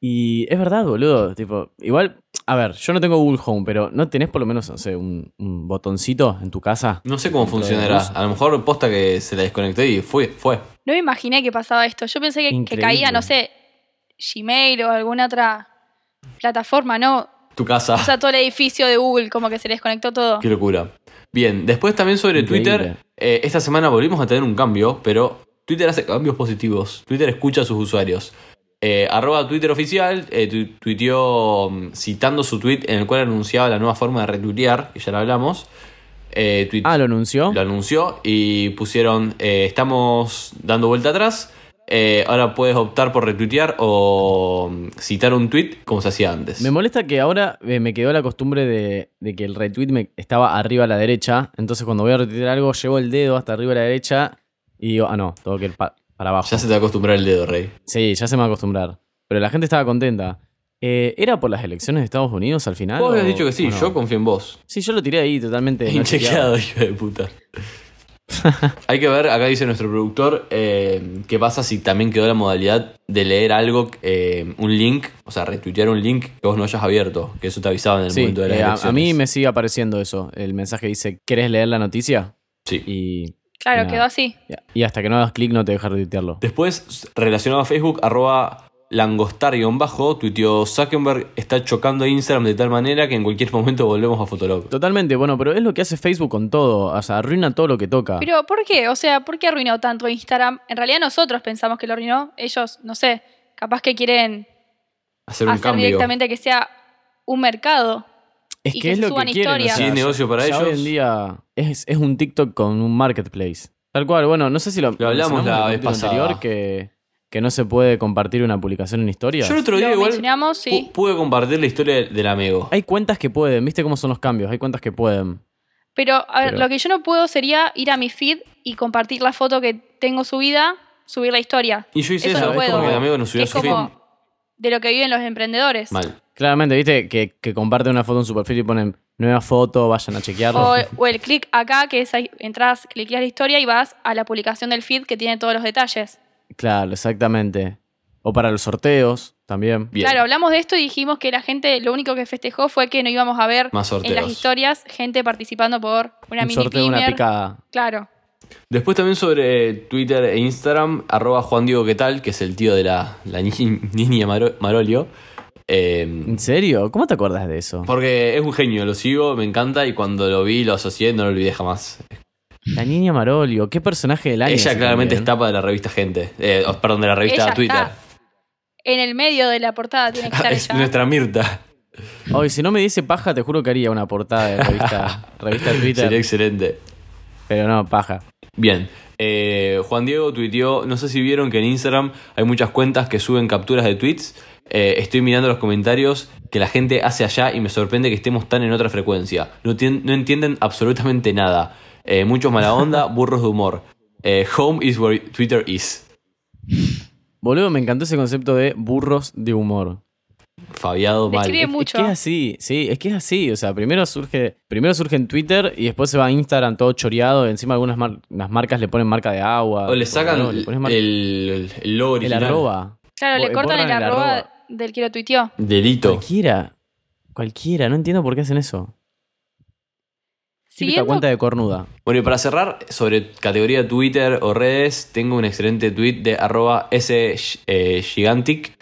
S5: Y es verdad, boludo. Tipo, igual, a ver, yo no tengo Google Home, pero ¿no tenés por lo menos, no sé, un, un botoncito en tu casa?
S4: No sé cómo funcionará. A lo mejor posta que se la desconectó y fue. fue.
S3: No me imaginé que pasaba esto. Yo pensé que, que
S5: Increíble.
S3: caía, no sé, Gmail o alguna otra plataforma, ¿no?
S4: Tu casa.
S3: O sea, todo el edificio de Google, como que se desconectó todo.
S4: Qué locura. Bien, después también sobre
S5: Increíble.
S4: Twitter, eh, esta semana volvimos a tener un cambio, pero Twitter hace cambios positivos. Twitter escucha a sus usuarios. Eh, arroba Twitter oficial eh, tu- tuiteó mm, citando su tweet en el cual anunciaba la nueva forma de retuitear, que ya lo hablamos. Eh, tuit-
S5: Ah, lo anunció.
S4: lo anunció y pusieron eh, estamos dando vuelta atrás Eh, ahora puedes optar por retuitear o mm, citar un tweet como se hacía antes.
S5: Me molesta que ahora eh, me quedó la costumbre de, de que el retweet me estaba arriba a la derecha. Entonces cuando voy a retuitear algo, llevo el dedo hasta arriba a la derecha y digo, ah, no, tengo que ir pa- para abajo.
S4: Ya se te va a acostumbrar el dedo, Rey.
S5: Sí, ya se me va a acostumbrar. Pero la gente estaba contenta. Eh, ¿Era por las elecciones de Estados Unidos al final?
S4: Vos
S5: o-
S4: habías dicho que sí,
S5: o no?
S4: yo confío en vos.
S5: Sí, yo lo tiré ahí totalmente. no
S4: Inchequeado,
S5: chequeado.
S4: hijo de puta. Hay que ver, acá dice nuestro productor, eh, qué pasa si también quedó la modalidad de leer algo, eh, un link, o sea, retuitear un link que vos no hayas abierto, que eso te avisaba en el
S5: Sí,
S4: momento de la
S5: eh, a, a mí me sigue apareciendo eso. El mensaje dice, ¿querés leer la noticia?
S4: Sí.
S5: Y,
S3: Claro,
S5: Nada.
S3: quedó así.
S5: y hasta que no hagas clic no te deja retuitearlo.
S4: Después, relacionado a Facebook, arroba langostar-bajo, tuiteó Zuckerberg está chocando a Instagram de tal manera que en cualquier momento volvemos a Fotolog.
S5: Totalmente, bueno, pero es lo que hace Facebook con todo. O sea, arruina todo lo que toca.
S3: Pero, ¿por qué? O sea, ¿por qué arruinó tanto Instagram? En realidad nosotros pensamos que lo arruinó. Ellos, no sé, capaz que quieren
S4: Hacer un
S3: hacer
S4: cambio.
S3: directamente que sea un mercado.
S5: es
S3: y
S5: que,
S3: que
S5: es
S3: se
S5: lo
S3: suban
S5: que quieren.
S3: historias.
S4: Sí, es negocio para
S5: ya
S4: ellos.
S5: Hoy en día es, es un TikTok con un marketplace. Tal cual, bueno, no sé si lo,
S4: Lo hablamos
S5: mencionamos
S4: la
S5: en el
S4: vez
S5: capítulo
S4: pasada.
S5: anterior que, que no se puede compartir una publicación en historias.
S4: Yo el otro día
S3: Lo
S4: igual
S3: mencionamos, sí.
S4: pu- pude compartir la historia del amigo.
S5: Hay cuentas que pueden, ¿viste cómo son los cambios? Hay cuentas que pueden.
S3: Pero, a ver,
S5: Pero-
S3: lo que yo no puedo sería ir a mi feed y compartir la foto que tengo subida, subir la historia.
S4: Y yo hice
S3: Eso
S4: eso,
S3: no
S4: es
S3: puedo.
S4: como que el amigo nos
S3: Que
S4: subió a
S3: es
S4: su
S3: como
S4: feed.
S3: de lo que viven los emprendedores.
S4: Mal.
S5: Claramente, ¿viste? Que, que comparten una foto en su perfil y ponen nueva foto, vayan a chequearlo.
S3: O, o el clic acá, que es ahí, entras, cliqueas la historia y vas a la publicación del feed que tiene todos los detalles.
S5: Claro, exactamente. O para los sorteos también.
S4: Bien.
S3: Claro, hablamos de esto y dijimos que la gente lo único que festejó fue que no íbamos a ver
S4: Más
S3: en las
S4: sorteos.
S3: historias gente participando por una
S5: un
S3: mini
S5: sorteo, una
S3: pimer.
S5: picada.
S3: Claro.
S4: Después también sobre Twitter e Instagram, arroba Juan Diego ¿qué tal? Que es el tío de la, la ni- niña Maro- Marolio. Eh,
S5: ¿En serio? ¿Cómo te acuerdas de eso?
S4: porque es un genio, lo sigo, me encanta y cuando lo vi, lo asocié, no lo olvidé jamás.
S5: La niña Marolio, qué personaje del año.
S4: Ella
S5: ese
S4: claramente es
S5: también. ¿eh?
S4: tapa de la revista Gente, eh, oh, perdón, de la revista
S3: Ella
S4: Twitter.
S3: está. En el medio de la portada tiene que estar
S4: Ah, es
S3: ella.
S4: nuestra Mirta.
S5: Hoy, si no me diese paja, te juro que haría una portada de revista, revista Twitter.
S4: Sería excelente.
S5: Pero no, paja.
S4: Bien. Eh, Juan Diego tuiteó, no sé si vieron que en Instagram hay muchas cuentas que suben capturas de tweets. Eh, estoy mirando los comentarios que la gente hace allá y me sorprende que estemos tan en otra frecuencia. No, tien- no entienden absolutamente nada. Eh, muchos mala onda, burros de humor. Eh, home is where Twitter is.
S5: Boludo, me encantó ese concepto de burros de humor.
S4: Fabiado mal.
S3: Describe
S5: Es-
S3: mucho.
S5: Es que es así, sí, es que es así. O sea, primero surge, primero surge en Twitter y después se va a Instagram todo choreado. Encima algunas mar- las marcas le ponen marca de agua.
S4: O le
S5: tipo,
S4: sacan
S5: ¿no? Le
S4: el,
S5: pones mar-
S4: el- el logo
S5: el
S4: original.
S5: arroba.
S3: Claro, le
S5: Bo-
S3: cortan el
S5: borran el
S3: arroba,
S5: arroba.
S3: del que lo tuiteó.
S4: Delito.
S5: Cualquiera. Cualquiera, no entiendo por qué hacen eso. Típica
S3: Siguiendo,
S5: cuenta de cornuda.
S4: Bueno, y para cerrar, sobre categoría Twitter o redes, tengo un excelente tweet de arroba sgigantic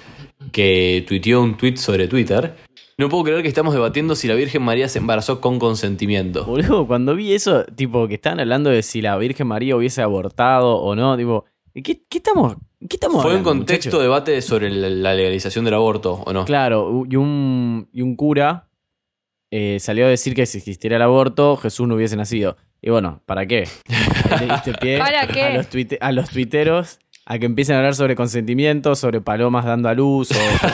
S4: que tuiteó un tweet sobre Twitter. No puedo creer que estamos debatiendo si la Virgen María se embarazó con consentimiento.
S5: Boludo, cuando vi eso, tipo, que estaban hablando de si la Virgen María hubiese abortado o no, tipo, ¿qué, qué estamos, qué estamos
S4: Fue un
S5: hablando,
S4: contexto
S5: muchachos?
S4: debate sobre la- la legalización del aborto, ¿o no?
S5: Claro, u- y un, y un cura eh, salió a decir que si existiera el aborto, Jesús no hubiese nacido. Y bueno, ¿para qué? Le diste pie
S3: ¿Para qué?
S5: A, los tuite- a los tuiteros a que empiecen a hablar sobre consentimiento, sobre palomas dando a luz, o, o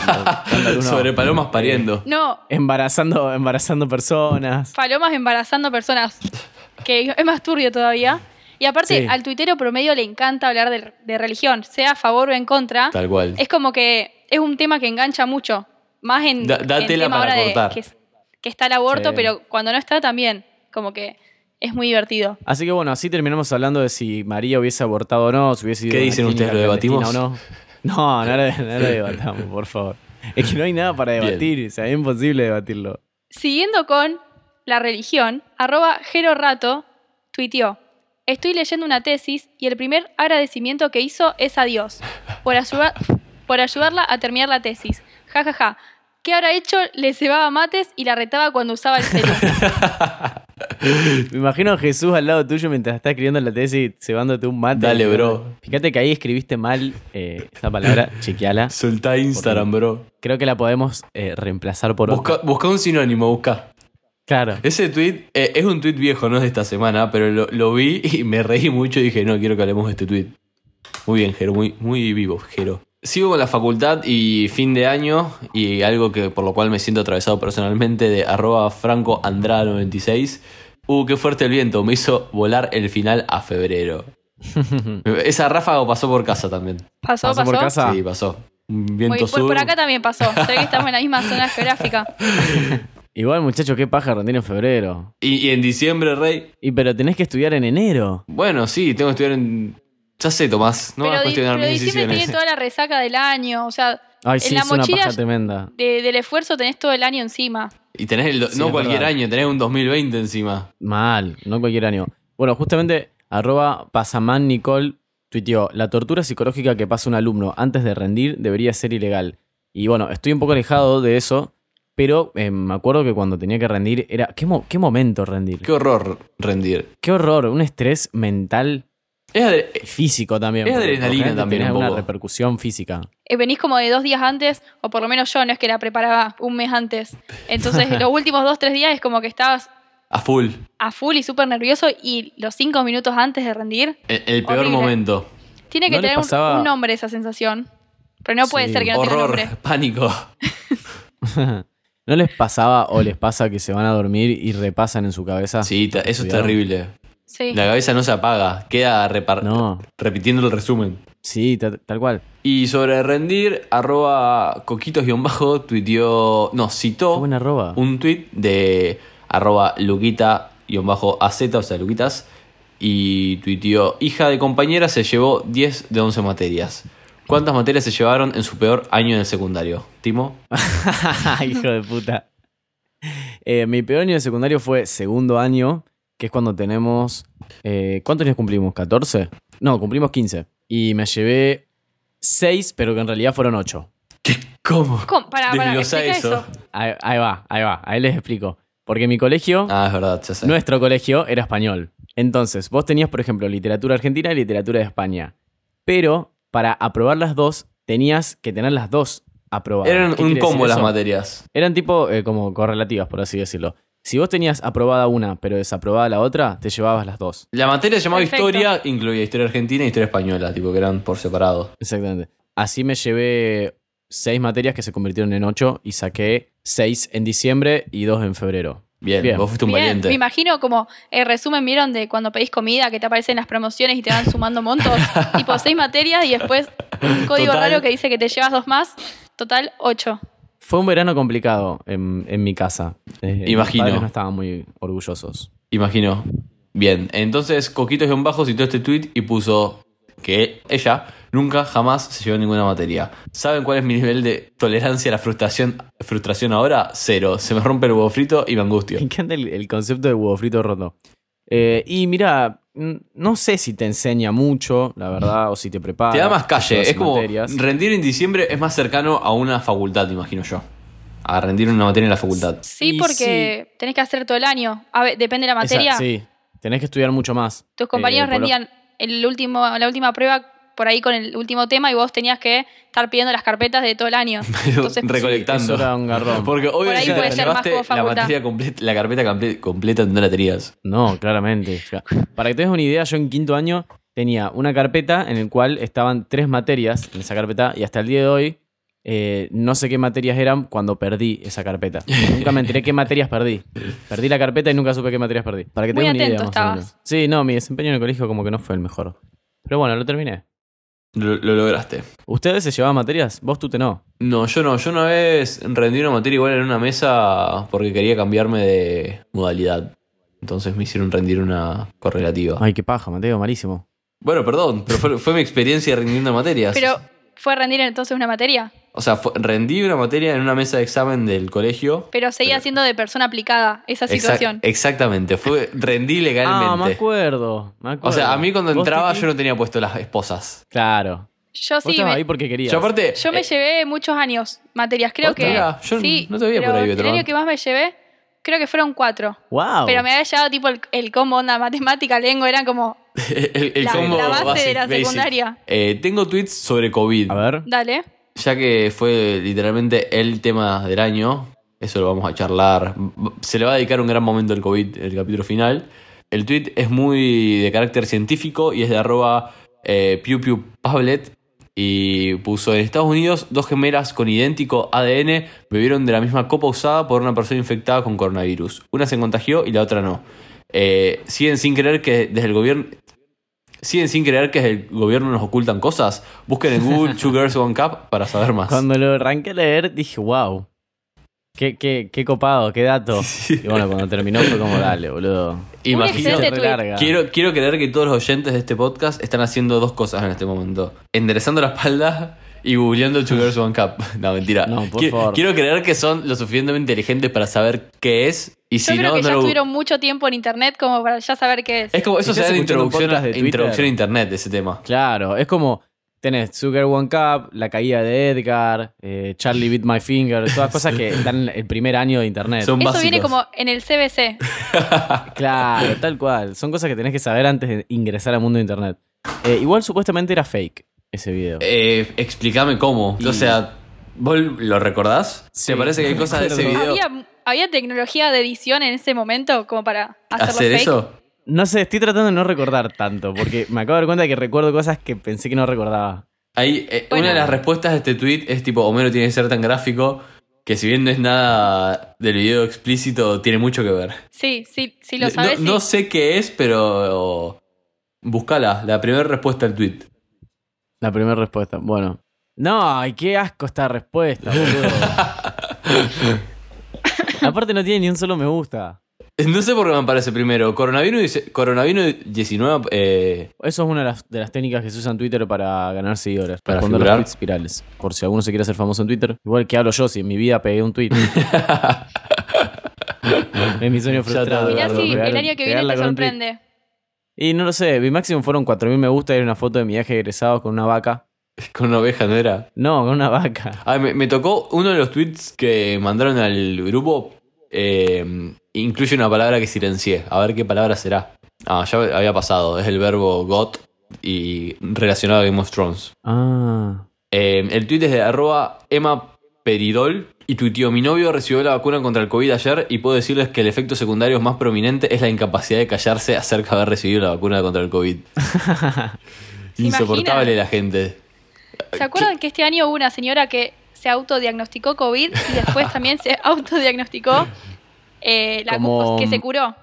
S5: dando a luz, no,
S4: sobre palomas pariendo.
S3: no,
S5: Embarazando, embarazando personas.
S3: palomas embarazando personas, que es más turbio todavía. Y aparte,
S5: Sí.
S3: al tuitero promedio le encanta hablar de, de religión, sea a favor o en
S5: Eh,
S3: contra.
S4: Tal cual.
S3: Es como que es un tema que engancha mucho. Más en,
S4: Da- da
S3: en
S4: tela
S3: tema
S4: para
S3: ahora de-
S4: cortar.
S3: que, es- que está el aborto,
S5: Sí.
S3: pero cuando no está también, como que es muy divertido.
S5: Así que bueno, así terminamos hablando de si María hubiese abortado o no, si hubiese ido
S4: ¿Qué
S5: a una
S4: dicen ustedes?
S5: clínica
S4: ¿Lo debatimos?
S5: clandestina O no. no, no lo, no lo debatamos, por favor. Es que no hay nada para
S4: Bien.
S5: debatir, o sea, es imposible debatirlo.
S3: Siguiendo con la religión, arroba Jero Rato tuiteó, estoy leyendo una tesis y el primer agradecimiento que hizo es a Dios por, ayuda- por ayudarla a terminar la tesis. Ja, ja, ja. ¿Qué habrá hecho? Le cebaba mates y la retaba cuando usaba el celu.
S5: Me imagino a Jesús al lado tuyo mientras estás escribiendo la tesis, cebándote un mate.
S4: Dale, bro.
S5: Fíjate que ahí escribiste mal eh, esa palabra, chequeala.
S4: Soltá Instagram, bro.
S5: Creo que la podemos eh, reemplazar por otra.
S4: Busca, busca un sinónimo, busca.
S5: Claro.
S4: Ese tweet eh, es un tweet viejo, no es de esta semana, pero lo, lo vi y me reí mucho y dije, no, quiero que hablemos de este tweet. Muy bien, Jero, muy, muy vivo, Jero. Sigo con la facultad y fin de año y algo que por lo cual me siento atravesado personalmente de arroba franco 96 Uh, qué fuerte el viento, me hizo volar el final a febrero. Esa ráfaga pasó por casa también.
S3: ¿Pasó, pasó?
S5: Paso por casa.
S4: Sí, pasó. Un
S3: Muy-
S4: viento
S3: pues, por-
S4: sur.
S3: por acá también pasó. Se ve que estamos en la misma zona geográfica.
S5: Igual, muchachos, qué paja rendir en febrero.
S4: Y, y en diciembre, Rey.
S5: Y pero tenés que estudiar en enero.
S4: Bueno, sí, tengo que estudiar en. Ya sé, Tomás, no me vas a
S3: pero, di-
S4: cuestionar
S3: pero
S4: mis
S3: diciembre
S4: decisiones.
S3: tiene toda la resaca del año. O sea,
S5: Ay,
S3: En
S5: sí,
S3: la
S5: es una
S3: mochila
S5: paja
S3: ya-
S5: tremenda.
S3: de- del esfuerzo tenés todo el año encima.
S4: Y tenés el. do-
S5: Sí,
S4: no
S5: es
S4: cualquier
S5: verdad.
S4: año, tenés un 2020 encima.
S5: Mal, no cualquier año. Bueno, justamente, arroba pasamán Nicole tuiteó, la tortura psicológica que pasa un alumno antes de rendir debería ser ilegal. Y bueno, estoy un poco alejado de eso, pero eh, me acuerdo que cuando tenía que rendir era... ¿Qué, mo- qué momento rendir?
S4: Qué horror rendir.
S5: Qué horror, un estrés mental
S4: Es adre-
S5: y físico también.
S4: Es
S5: porque
S4: adrenalina
S5: obviamente
S4: también
S5: tenés
S4: un
S5: una
S4: poco.
S5: repercusión física.
S3: Eh, venís como de dos días antes, o por lo menos yo, no es que la preparaba un mes antes. Entonces, los últimos dos, tres días es como que estabas
S4: a full.
S3: a full y súper nervioso y los cinco minutos antes de rendir,
S4: El, el peor
S3: Horrible.
S4: momento.
S3: tiene que
S5: ¿No le
S3: tener un-
S5: pasaba-
S3: un, nombre esa sensación. Pero no puede
S5: Sí,
S3: ser que no
S4: horror,
S3: tenga nombre.
S4: pánico.
S5: Ah, ¿No les pasaba o les pasa que se van a dormir y repasan en su cabeza?
S4: Sí, ta- eso es
S5: Cuidado.
S4: terrible.
S3: Sí.
S4: La cabeza no se apaga, queda repar-
S5: No,
S4: repitiendo el resumen.
S5: sí, ta- tal cual.
S4: Y sobre rendir, arroba coquitos-bajo tuiteó, no,
S5: Qué
S4: citó
S5: buena roba.
S4: un tweet de arroba luquita-az, o sea, luquitas, y tuiteó, hija de compañera se llevó 10 de 11 materias. ¿Cuántas materias se llevaron en su peor año en el secundario? Timo,
S5: Hijo de puta. Eh, mi peor año de secundario fue segundo año, que es cuando tenemos. eh, ¿Cuántos años cumplimos? ¿14? No, cumplimos 15. Y me llevé 6, pero que en realidad fueron 8.
S4: ¿cómo?
S3: ¿Cómo? Pará, pará,
S4: Desglosa
S3: explica
S4: Ah, eso.
S3: eso.
S5: Ahí, ahí va, ahí va, ahí les explico. Porque mi colegio,
S4: Ah, es verdad, ya sé.
S5: nuestro colegio, era español. Entonces, vos tenías, por ejemplo, literatura argentina y literatura de España. Pero para aprobar las dos, tenías que tener las dos aprobadas.
S4: Eran
S5: ¿Qué
S4: un
S5: quiere
S4: combo
S5: decir
S4: las
S5: eso?
S4: materias.
S5: Eran tipo eh, como correlativas, por así decirlo. Si vos tenías aprobada una, pero desaprobada la otra, te llevabas las dos.
S4: La materia se llamaba
S3: Perfecto.
S4: historia, incluía historia argentina y historia española, tipo que eran por separado.
S5: Exactamente. Así me llevé seis materias que se convirtieron en ocho y saqué seis en diciembre y dos en febrero.
S4: Bien,
S5: Bien.
S4: vos fuiste un
S3: Bien,
S4: valiente.
S3: me imagino como el resumen, ¿vieron? De cuando pedís comida, que te aparecen las promociones y te van sumando montos. tipo seis materias y después un código
S4: Total.
S3: raro que dice que te llevas dos más. Total, ocho.
S5: Fue un verano complicado en, en mi casa. Eh,
S4: Imagino.
S5: Mis padres no estaban muy orgullosos.
S4: Imagino. Bien, entonces Coquitos John Bajo citó este tweet y puso que ella nunca jamás se llevó ninguna materia. ¿Saben cuál es mi nivel de tolerancia a la frustración, frustración ahora? Cero. Se me rompe el huevo frito y me angustio.
S5: Me encanta el, el concepto de huevo frito roto. Eh, y mira, mm, no sé si te enseña mucho, la verdad, o si te prepara.
S4: Te da más calle,
S5: llevas
S4: es como
S5: materias.
S4: rendir en diciembre es más cercano a una facultad, imagino yo. A rendir una materia en la facultad.
S3: Sí,
S5: Y
S3: porque tenés que hacer todo el año. A ver, depende de la
S5: Esa-
S3: materia.
S5: sí, tenés que estudiar mucho más.
S3: Tus compañeros
S5: Eh, por lo-
S3: rendían el último, la última prueba por ahí con el último tema y vos tenías que estar pidiendo las carpetas de todo el año. Entonces,
S4: Recolectando.
S5: eso era un garrón.
S4: Porque
S3: Por
S4: obviamente
S3: ahí puede
S4: te
S3: ser más
S4: llevaste
S3: como
S4: la
S3: facultad.
S4: materia completa, la carpeta comple- completa no la tenías.
S5: No, claramente. O sea, para que te des una idea, yo en quinto año tenía una carpeta en la cual estaban tres materias en esa carpeta y hasta el día de hoy eh, no sé qué materias eran cuando perdí esa carpeta. Nunca me enteré qué materias perdí. Perdí la carpeta y nunca supe qué materias perdí. Para que te
S3: Muy
S5: des una idea.
S3: atento
S5: más o menos.
S3: estabas.
S5: Sí, no, mi desempeño en el colegio como que no fue el mejor. Pero bueno, lo terminé.
S4: Lo, lo lograste.
S5: ¿Ustedes se llevaban materias? Vos tú te no.
S4: No, yo no. Yo una vez rendí una materia igual en una mesa porque quería cambiarme de modalidad. Entonces me hicieron rendir una correlativa.
S5: Ay, qué paja, Mateo, malísimo.
S4: Bueno, perdón, pero fue, fue mi experiencia rindiendo materias.
S3: pero fue rendir entonces una materia.
S4: o sea, fue- rendí una materia en una mesa de examen del colegio.
S3: Pero seguía
S4: Pero- Eh,
S3: siendo de persona aplicada esa
S4: Exact-
S3: situación.
S4: exactamente, fue rendí
S5: Ah, me
S4: legalmente.
S5: acuerdo, me acuerdo.
S4: o sea, a mí cuando
S5: ¿Vos,
S4: entraba
S5: Titi?
S4: yo no tenía puesto las esposas.
S5: Claro.
S3: Yo
S5: Vos
S3: sí,
S5: estabas
S3: me-
S5: ahí porque querías.
S4: Yo aparte...
S3: yo me
S4: eh,
S3: llevé muchos años materias. Creo
S4: ¿Posta?
S3: que.
S4: Mirá, yo
S3: sí,
S4: no te veía por
S3: pero
S4: ahí,
S3: El
S4: Betrán.
S3: año que más me llevé, creo que fueron cuatro.
S5: Wow.
S3: Pero me había llevado tipo el, el combo, onda, matemática, lengua, eran como
S4: el, el
S3: la,
S4: combo
S3: la base
S4: basic,
S3: de la
S4: basic.
S3: secundaria.
S4: Eh, tengo tweets sobre COVID.
S5: A ver.
S3: Dale.
S4: ya que fue literalmente el tema del año, eso lo vamos a charlar. Se le va a dedicar un gran momento al COVID, el capítulo final. El tweet es muy de carácter científico y es de arroba eh, Pew Pew Pablet y puso en Estados Unidos dos gemelas con idéntico ADN bebieron de la misma copa usada por una persona infectada con coronavirus. Una se contagió y la otra no. Eh, siguen sin creer que desde el gobierno siguen sin creer que desde el gobierno nos ocultan cosas. Busquen en Google Two Girls One Cup para saber más.
S5: Cuando lo arranqué a leer, dije, wow. Qué, qué, qué copado, qué dato. Y bueno, cuando terminó fue como, dale, boludo.
S4: Imagino.
S3: excelente
S5: Re
S3: tuit.
S5: larga.
S4: Quiero, quiero creer que todos los oyentes de este podcast están haciendo dos cosas en este momento: enderezando la espalda y googleando Two Girls One Cup. No, mentira.
S5: No, por
S4: quiero,
S5: favor.
S4: quiero creer que son lo suficientemente inteligentes para saber qué es y
S3: Yo
S4: si
S3: creo
S4: no,
S3: que
S4: no
S3: ya
S4: lo-
S3: estuvieron mucho tiempo en internet como para ya saber qué es.
S4: Es como eso
S5: ¿Estás
S4: se da en
S5: escuchando
S4: introducción, a-
S5: podcast de Twitter?
S4: introducción a internet, ese tema.
S5: Claro, es como tenés Sugar One Cup, La Caída de Edgar, eh, Charlie Beat My Finger, todas cosas que están en el primer año de internet.
S4: Son-
S3: Eso
S4: básicos.
S3: viene como en el CBC.
S5: Claro, tal cual. Son cosas que tenés que saber antes de ingresar al mundo de internet. Eh, igual supuestamente era fake ese video.
S4: Eh, explícame cómo.
S5: Y-
S4: O sea, ¿vos lo recordás?
S5: Sí.
S4: ¿Te parece que hay cosas de ese
S5: Recuerdo.
S4: video?
S3: ¿Había, había tecnología de edición en ese momento como para hacerlo
S4: ¿Hacer
S3: fake?
S4: eso?
S5: No sé, estoy tratando de no recordar tanto, porque me acabo de dar cuenta que recuerdo cosas que pensé que no recordaba.
S4: Ahí, eh,
S3: Bueno.
S4: una de las respuestas de este tweet es tipo, Homero tiene que ser tan gráfico que si bien no es nada del video explícito, tiene mucho que ver.
S3: Sí, sí, sí lo
S4: No-
S3: sabes.
S4: no,
S3: sí.
S4: sé qué es, pero buscala, la primera respuesta al tweet.
S5: La primera respuesta. Bueno. No, ay, qué asco esta respuesta, boludo. Aparte no tiene ni un solo me gusta.
S4: Eh, No sé por qué me aparece primero. Coronavirus, dice- coronavirus 19 eh,
S5: Eso es una de las, de las técnicas que se usa en Twitter para ganar seguidores.
S4: Para
S5: Para responder
S4: figurar.
S5: los tweets virales. Por si alguno se quiere hacer famoso en Twitter. Igual que hablo yo, si en mi vida pegué un tweet. es mi
S4: Ya te
S5: sueño frustrado.
S4: doy
S3: Mirá
S5: Eduardo,
S3: si
S5: pegar-
S3: el año que viene
S5: pegarla
S3: te
S5: con un tweet.
S3: sorprende.
S5: Y no lo sé, mi máximo fueron 4.000 me gusta y era una foto de mi viaje de egresado con una vaca.
S4: con una oveja, ¿no era?
S5: No, con una vaca.
S4: Ah, me, me tocó uno de los tweets que mandaron al grupo. eh, incluye una palabra que silencié. A ver qué palabra será. Ah, ya había pasado. Es el verbo got y relacionado a Game of Thrones.
S5: Ah.
S4: Eh, el tweet es de arroba Emma Peridol. Y tuiteó, mi novio recibió la vacuna contra el COVID ayer y puedo decirles que el efecto secundario más prominente es la incapacidad de callarse acerca de haber recibido la vacuna contra el COVID. Insoportable la gente.
S3: ¿Se acuerdan que este año hubo una señora que se autodiagnosticó COVID y después también se autodiagnosticó eh, la
S5: Como-
S3: que se curó?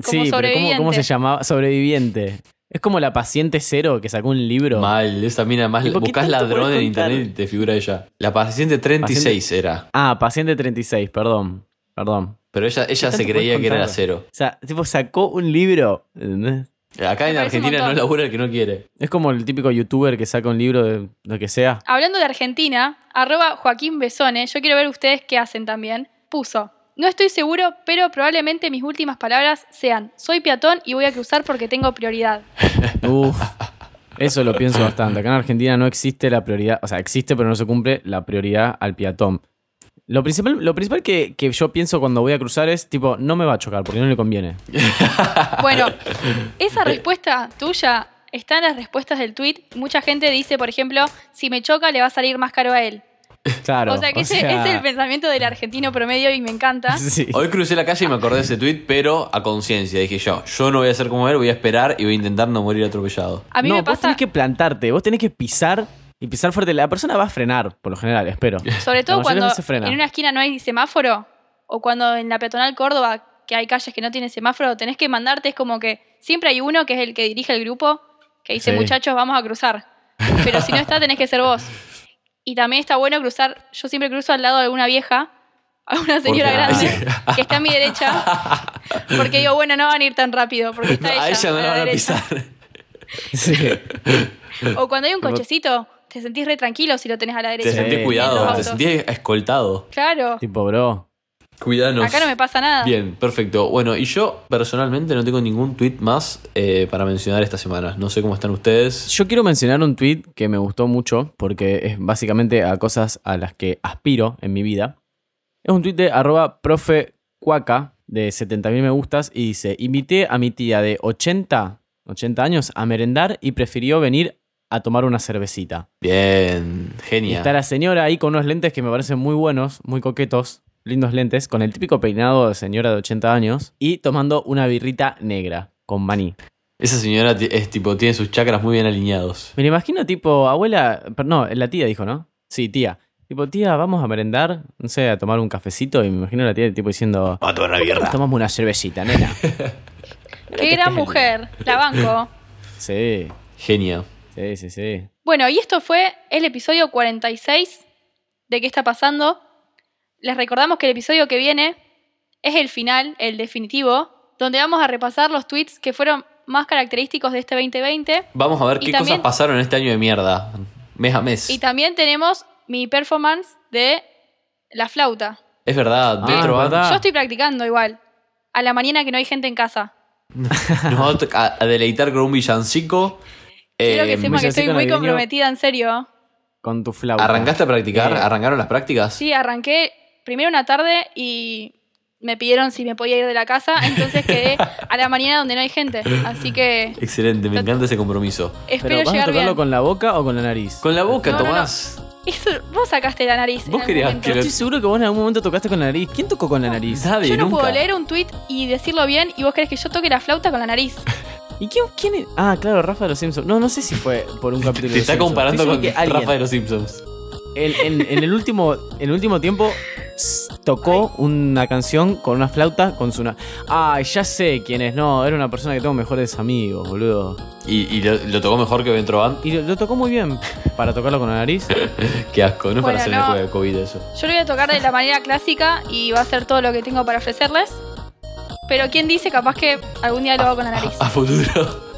S5: Sí, pero ¿cómo, ¿cómo
S3: sobreviviente.
S5: se llamaba? Sobreviviente. Es como la paciente cero que sacó un libro.
S4: Mal, esa mina más.
S5: Tipo, ¿qué
S4: Buscás
S5: tanto
S4: ladrón
S5: podés
S4: en
S5: contar?
S4: internet y te figura ella. La paciente 36 era.
S5: Ah, paciente 36, perdón. Perdón.
S4: Pero ella, ella
S5: tanto
S4: se creía
S5: podés
S4: que era la
S5: contar?
S4: cero.
S5: O sea, tipo, sacó un libro. ¿entendés?
S4: Acá
S3: Me parece
S4: en
S3: un
S4: Argentina no
S3: montón.
S4: labura el que no quiere.
S5: Es como el típico youtuber que saca un libro de lo que sea.
S3: Hablando de Argentina, arroba Joaquín Besone, yo quiero ver ustedes qué hacen también, puso, no estoy seguro, pero probablemente mis últimas palabras sean, soy peatón y voy a cruzar porque tengo prioridad.
S5: Uf. Eso lo pienso bastante. Acá en Argentina no existe la prioridad, o sea, existe pero no se cumple la prioridad al peatón. Lo principal, lo principal que, que yo pienso cuando voy a cruzar es, tipo, no me va a chocar porque no le conviene.
S3: Bueno, esa respuesta tuya está en las respuestas del tweet. Mucha gente dice, por ejemplo, si me choca le va a salir más caro a él.
S5: Claro.
S3: o sea que ese
S5: sea,
S3: es el pensamiento del argentino promedio y me encanta.
S5: sí.
S4: Hoy crucé la calle y me acordé de ese tweet, pero a conciencia. Dije yo, yo no voy a ser como él, voy a esperar y voy a intentar no morir atropellado.
S3: A mí
S5: no,
S3: me
S5: vos
S3: pasa,
S5: tenés que plantarte, vos tenés que pisar y pisar fuerte. La persona va a frenar, por lo general, espero.
S3: sobre todo
S5: mayoría
S3: cuando
S5: no se frena.
S3: en una esquina no hay semáforo o cuando en la peatonal Córdoba, que hay calles que no tienen semáforo, tenés que mandarte, es como que siempre hay uno que es el que dirige el grupo, que dice,
S5: Sí.
S3: muchachos, vamos a cruzar. Pero si no está, tenés que ser vos. Y también está bueno cruzar, yo siempre cruzo al lado de alguna vieja, a una señora
S4: Porque-
S3: grande, que está a mi derecha, porque digo, bueno, no van a ir tan rápido, porque está ella,
S4: a ella no
S3: a
S4: la
S3: la
S4: van a
S3: derecha.
S4: pisar.
S5: Sí.
S3: O cuando hay un cochecito, te sentís re tranquilo si lo tenés a la derecha.
S4: Te sentí
S5: Sí.
S3: Los
S4: cuidado, te
S3: autos.
S4: sentí escoltado.
S3: Claro,
S5: tipo, bro.
S4: Cuidanos.
S3: acá no me pasa nada.
S4: Bien, perfecto. Bueno, y yo personalmente no tengo ningún tweet más eh, para mencionar esta semana. No sé cómo están ustedes.
S5: Yo quiero mencionar un tweet que me gustó mucho porque es básicamente a cosas a las que aspiro en mi vida. Es un tweet de arroba profe cuaca de 70.000 me gustas y dice, invité a mi tía de 80, 80 años a merendar y prefirió venir a tomar una cervecita.
S4: Bien,
S5: Y
S4: genia.
S5: está la señora ahí con unos lentes que me parecen muy buenos, muy coquetos, lindos lentes, con el típico peinado de señora de 80 años y tomando una birrita negra con maní.
S4: Esa señora ti- es tipo, tiene sus chakras muy bien alineados.
S5: Me lo imagino tipo, abuela, per- no, la tía dijo, ¿no? Sí, tía. Tipo, tía, vamos a merendar, no sé, a tomar un cafecito. Y me imagino a la tía tipo diciendo,
S4: Va a tomar una
S5: "Nos
S4: mierda.
S5: tomamos una cervecita, nena.
S3: Qué gran mujer, la banco.
S5: sí,
S4: Genia.
S5: sí, sí, sí.
S3: Bueno, y esto fue el episodio 46 de ¿Qué está pasando? Les recordamos que el episodio que viene es el final, el definitivo, donde vamos a repasar los tweets que fueron más característicos de este 2020.
S4: Vamos a ver
S3: Y
S4: qué
S3: también-
S4: cosas pasaron en este año de mierda. Mes a mes.
S3: Y también tenemos mi performance de la flauta.
S4: Es verdad,
S5: Ah,
S4: Betro
S5: es
S4: va-
S5: verdad. Ah.
S3: Yo estoy practicando igual, a la mañana que no hay gente en casa.
S4: nos va a to- a, a deleitar con un villancico.
S3: Quiero
S4: Eh,
S3: que sepan que
S5: villancico
S3: estoy muy
S5: navideño.
S3: comprometida, en serio.
S5: Con tu flauta.
S4: ¿Arrancaste a practicar?
S5: Eh.
S4: ¿Arrancaron las prácticas?
S3: Sí, arranqué primero una tarde y me pidieron si me podía ir de la casa, entonces quedé a la mañana donde no hay gente. Así que
S4: Excelente, me encanta ese compromiso.
S5: ¿Pero
S3: espero
S5: vas a
S3: llegar
S5: tocarlo
S3: bien.
S5: con la boca o con la nariz?
S4: Con la boca,
S3: No, no, no.
S4: Tomás.
S3: Eso, vos sacaste la nariz. en
S4: Vos
S3: algún
S4: querías
S3: momento.
S4: que
S5: Estoy seguro que vos en algún momento tocaste con la nariz. ¿Quién tocó con la nariz?
S4: Nadie,
S3: Yo no
S4: nunca.
S3: puedo leer un tweet y decirlo bien y vos querés que yo toque la flauta con la nariz.
S5: ¿Y quién, quién es? Ah, claro, Rafa de los Simpsons. No, no sé si fue por un capítulo de
S4: Te está
S5: Simpsons.
S4: comparando
S5: Estoy
S4: con
S5: seguro que alguien-
S4: Rafa de los Simpsons.
S5: En, en- en el último, en el último tiempo s- tocó una canción con una flauta con su... na- Ay, ya sé quién es. No, era una persona que tengo mejores amigos, boludo.
S4: Y, y lo, lo tocó mejor que Bentro Band.
S5: Y lo, lo tocó muy bien para tocarlo con la nariz.
S4: Qué asco, no es
S3: Bueno,
S4: para hacer el
S3: no.
S4: juego de COVID eso.
S3: Yo lo voy a tocar de la manera clásica y va a ser todo lo que tengo para ofrecerles. Pero quién dice, capaz que algún día lo hago con la nariz.
S4: A futuro.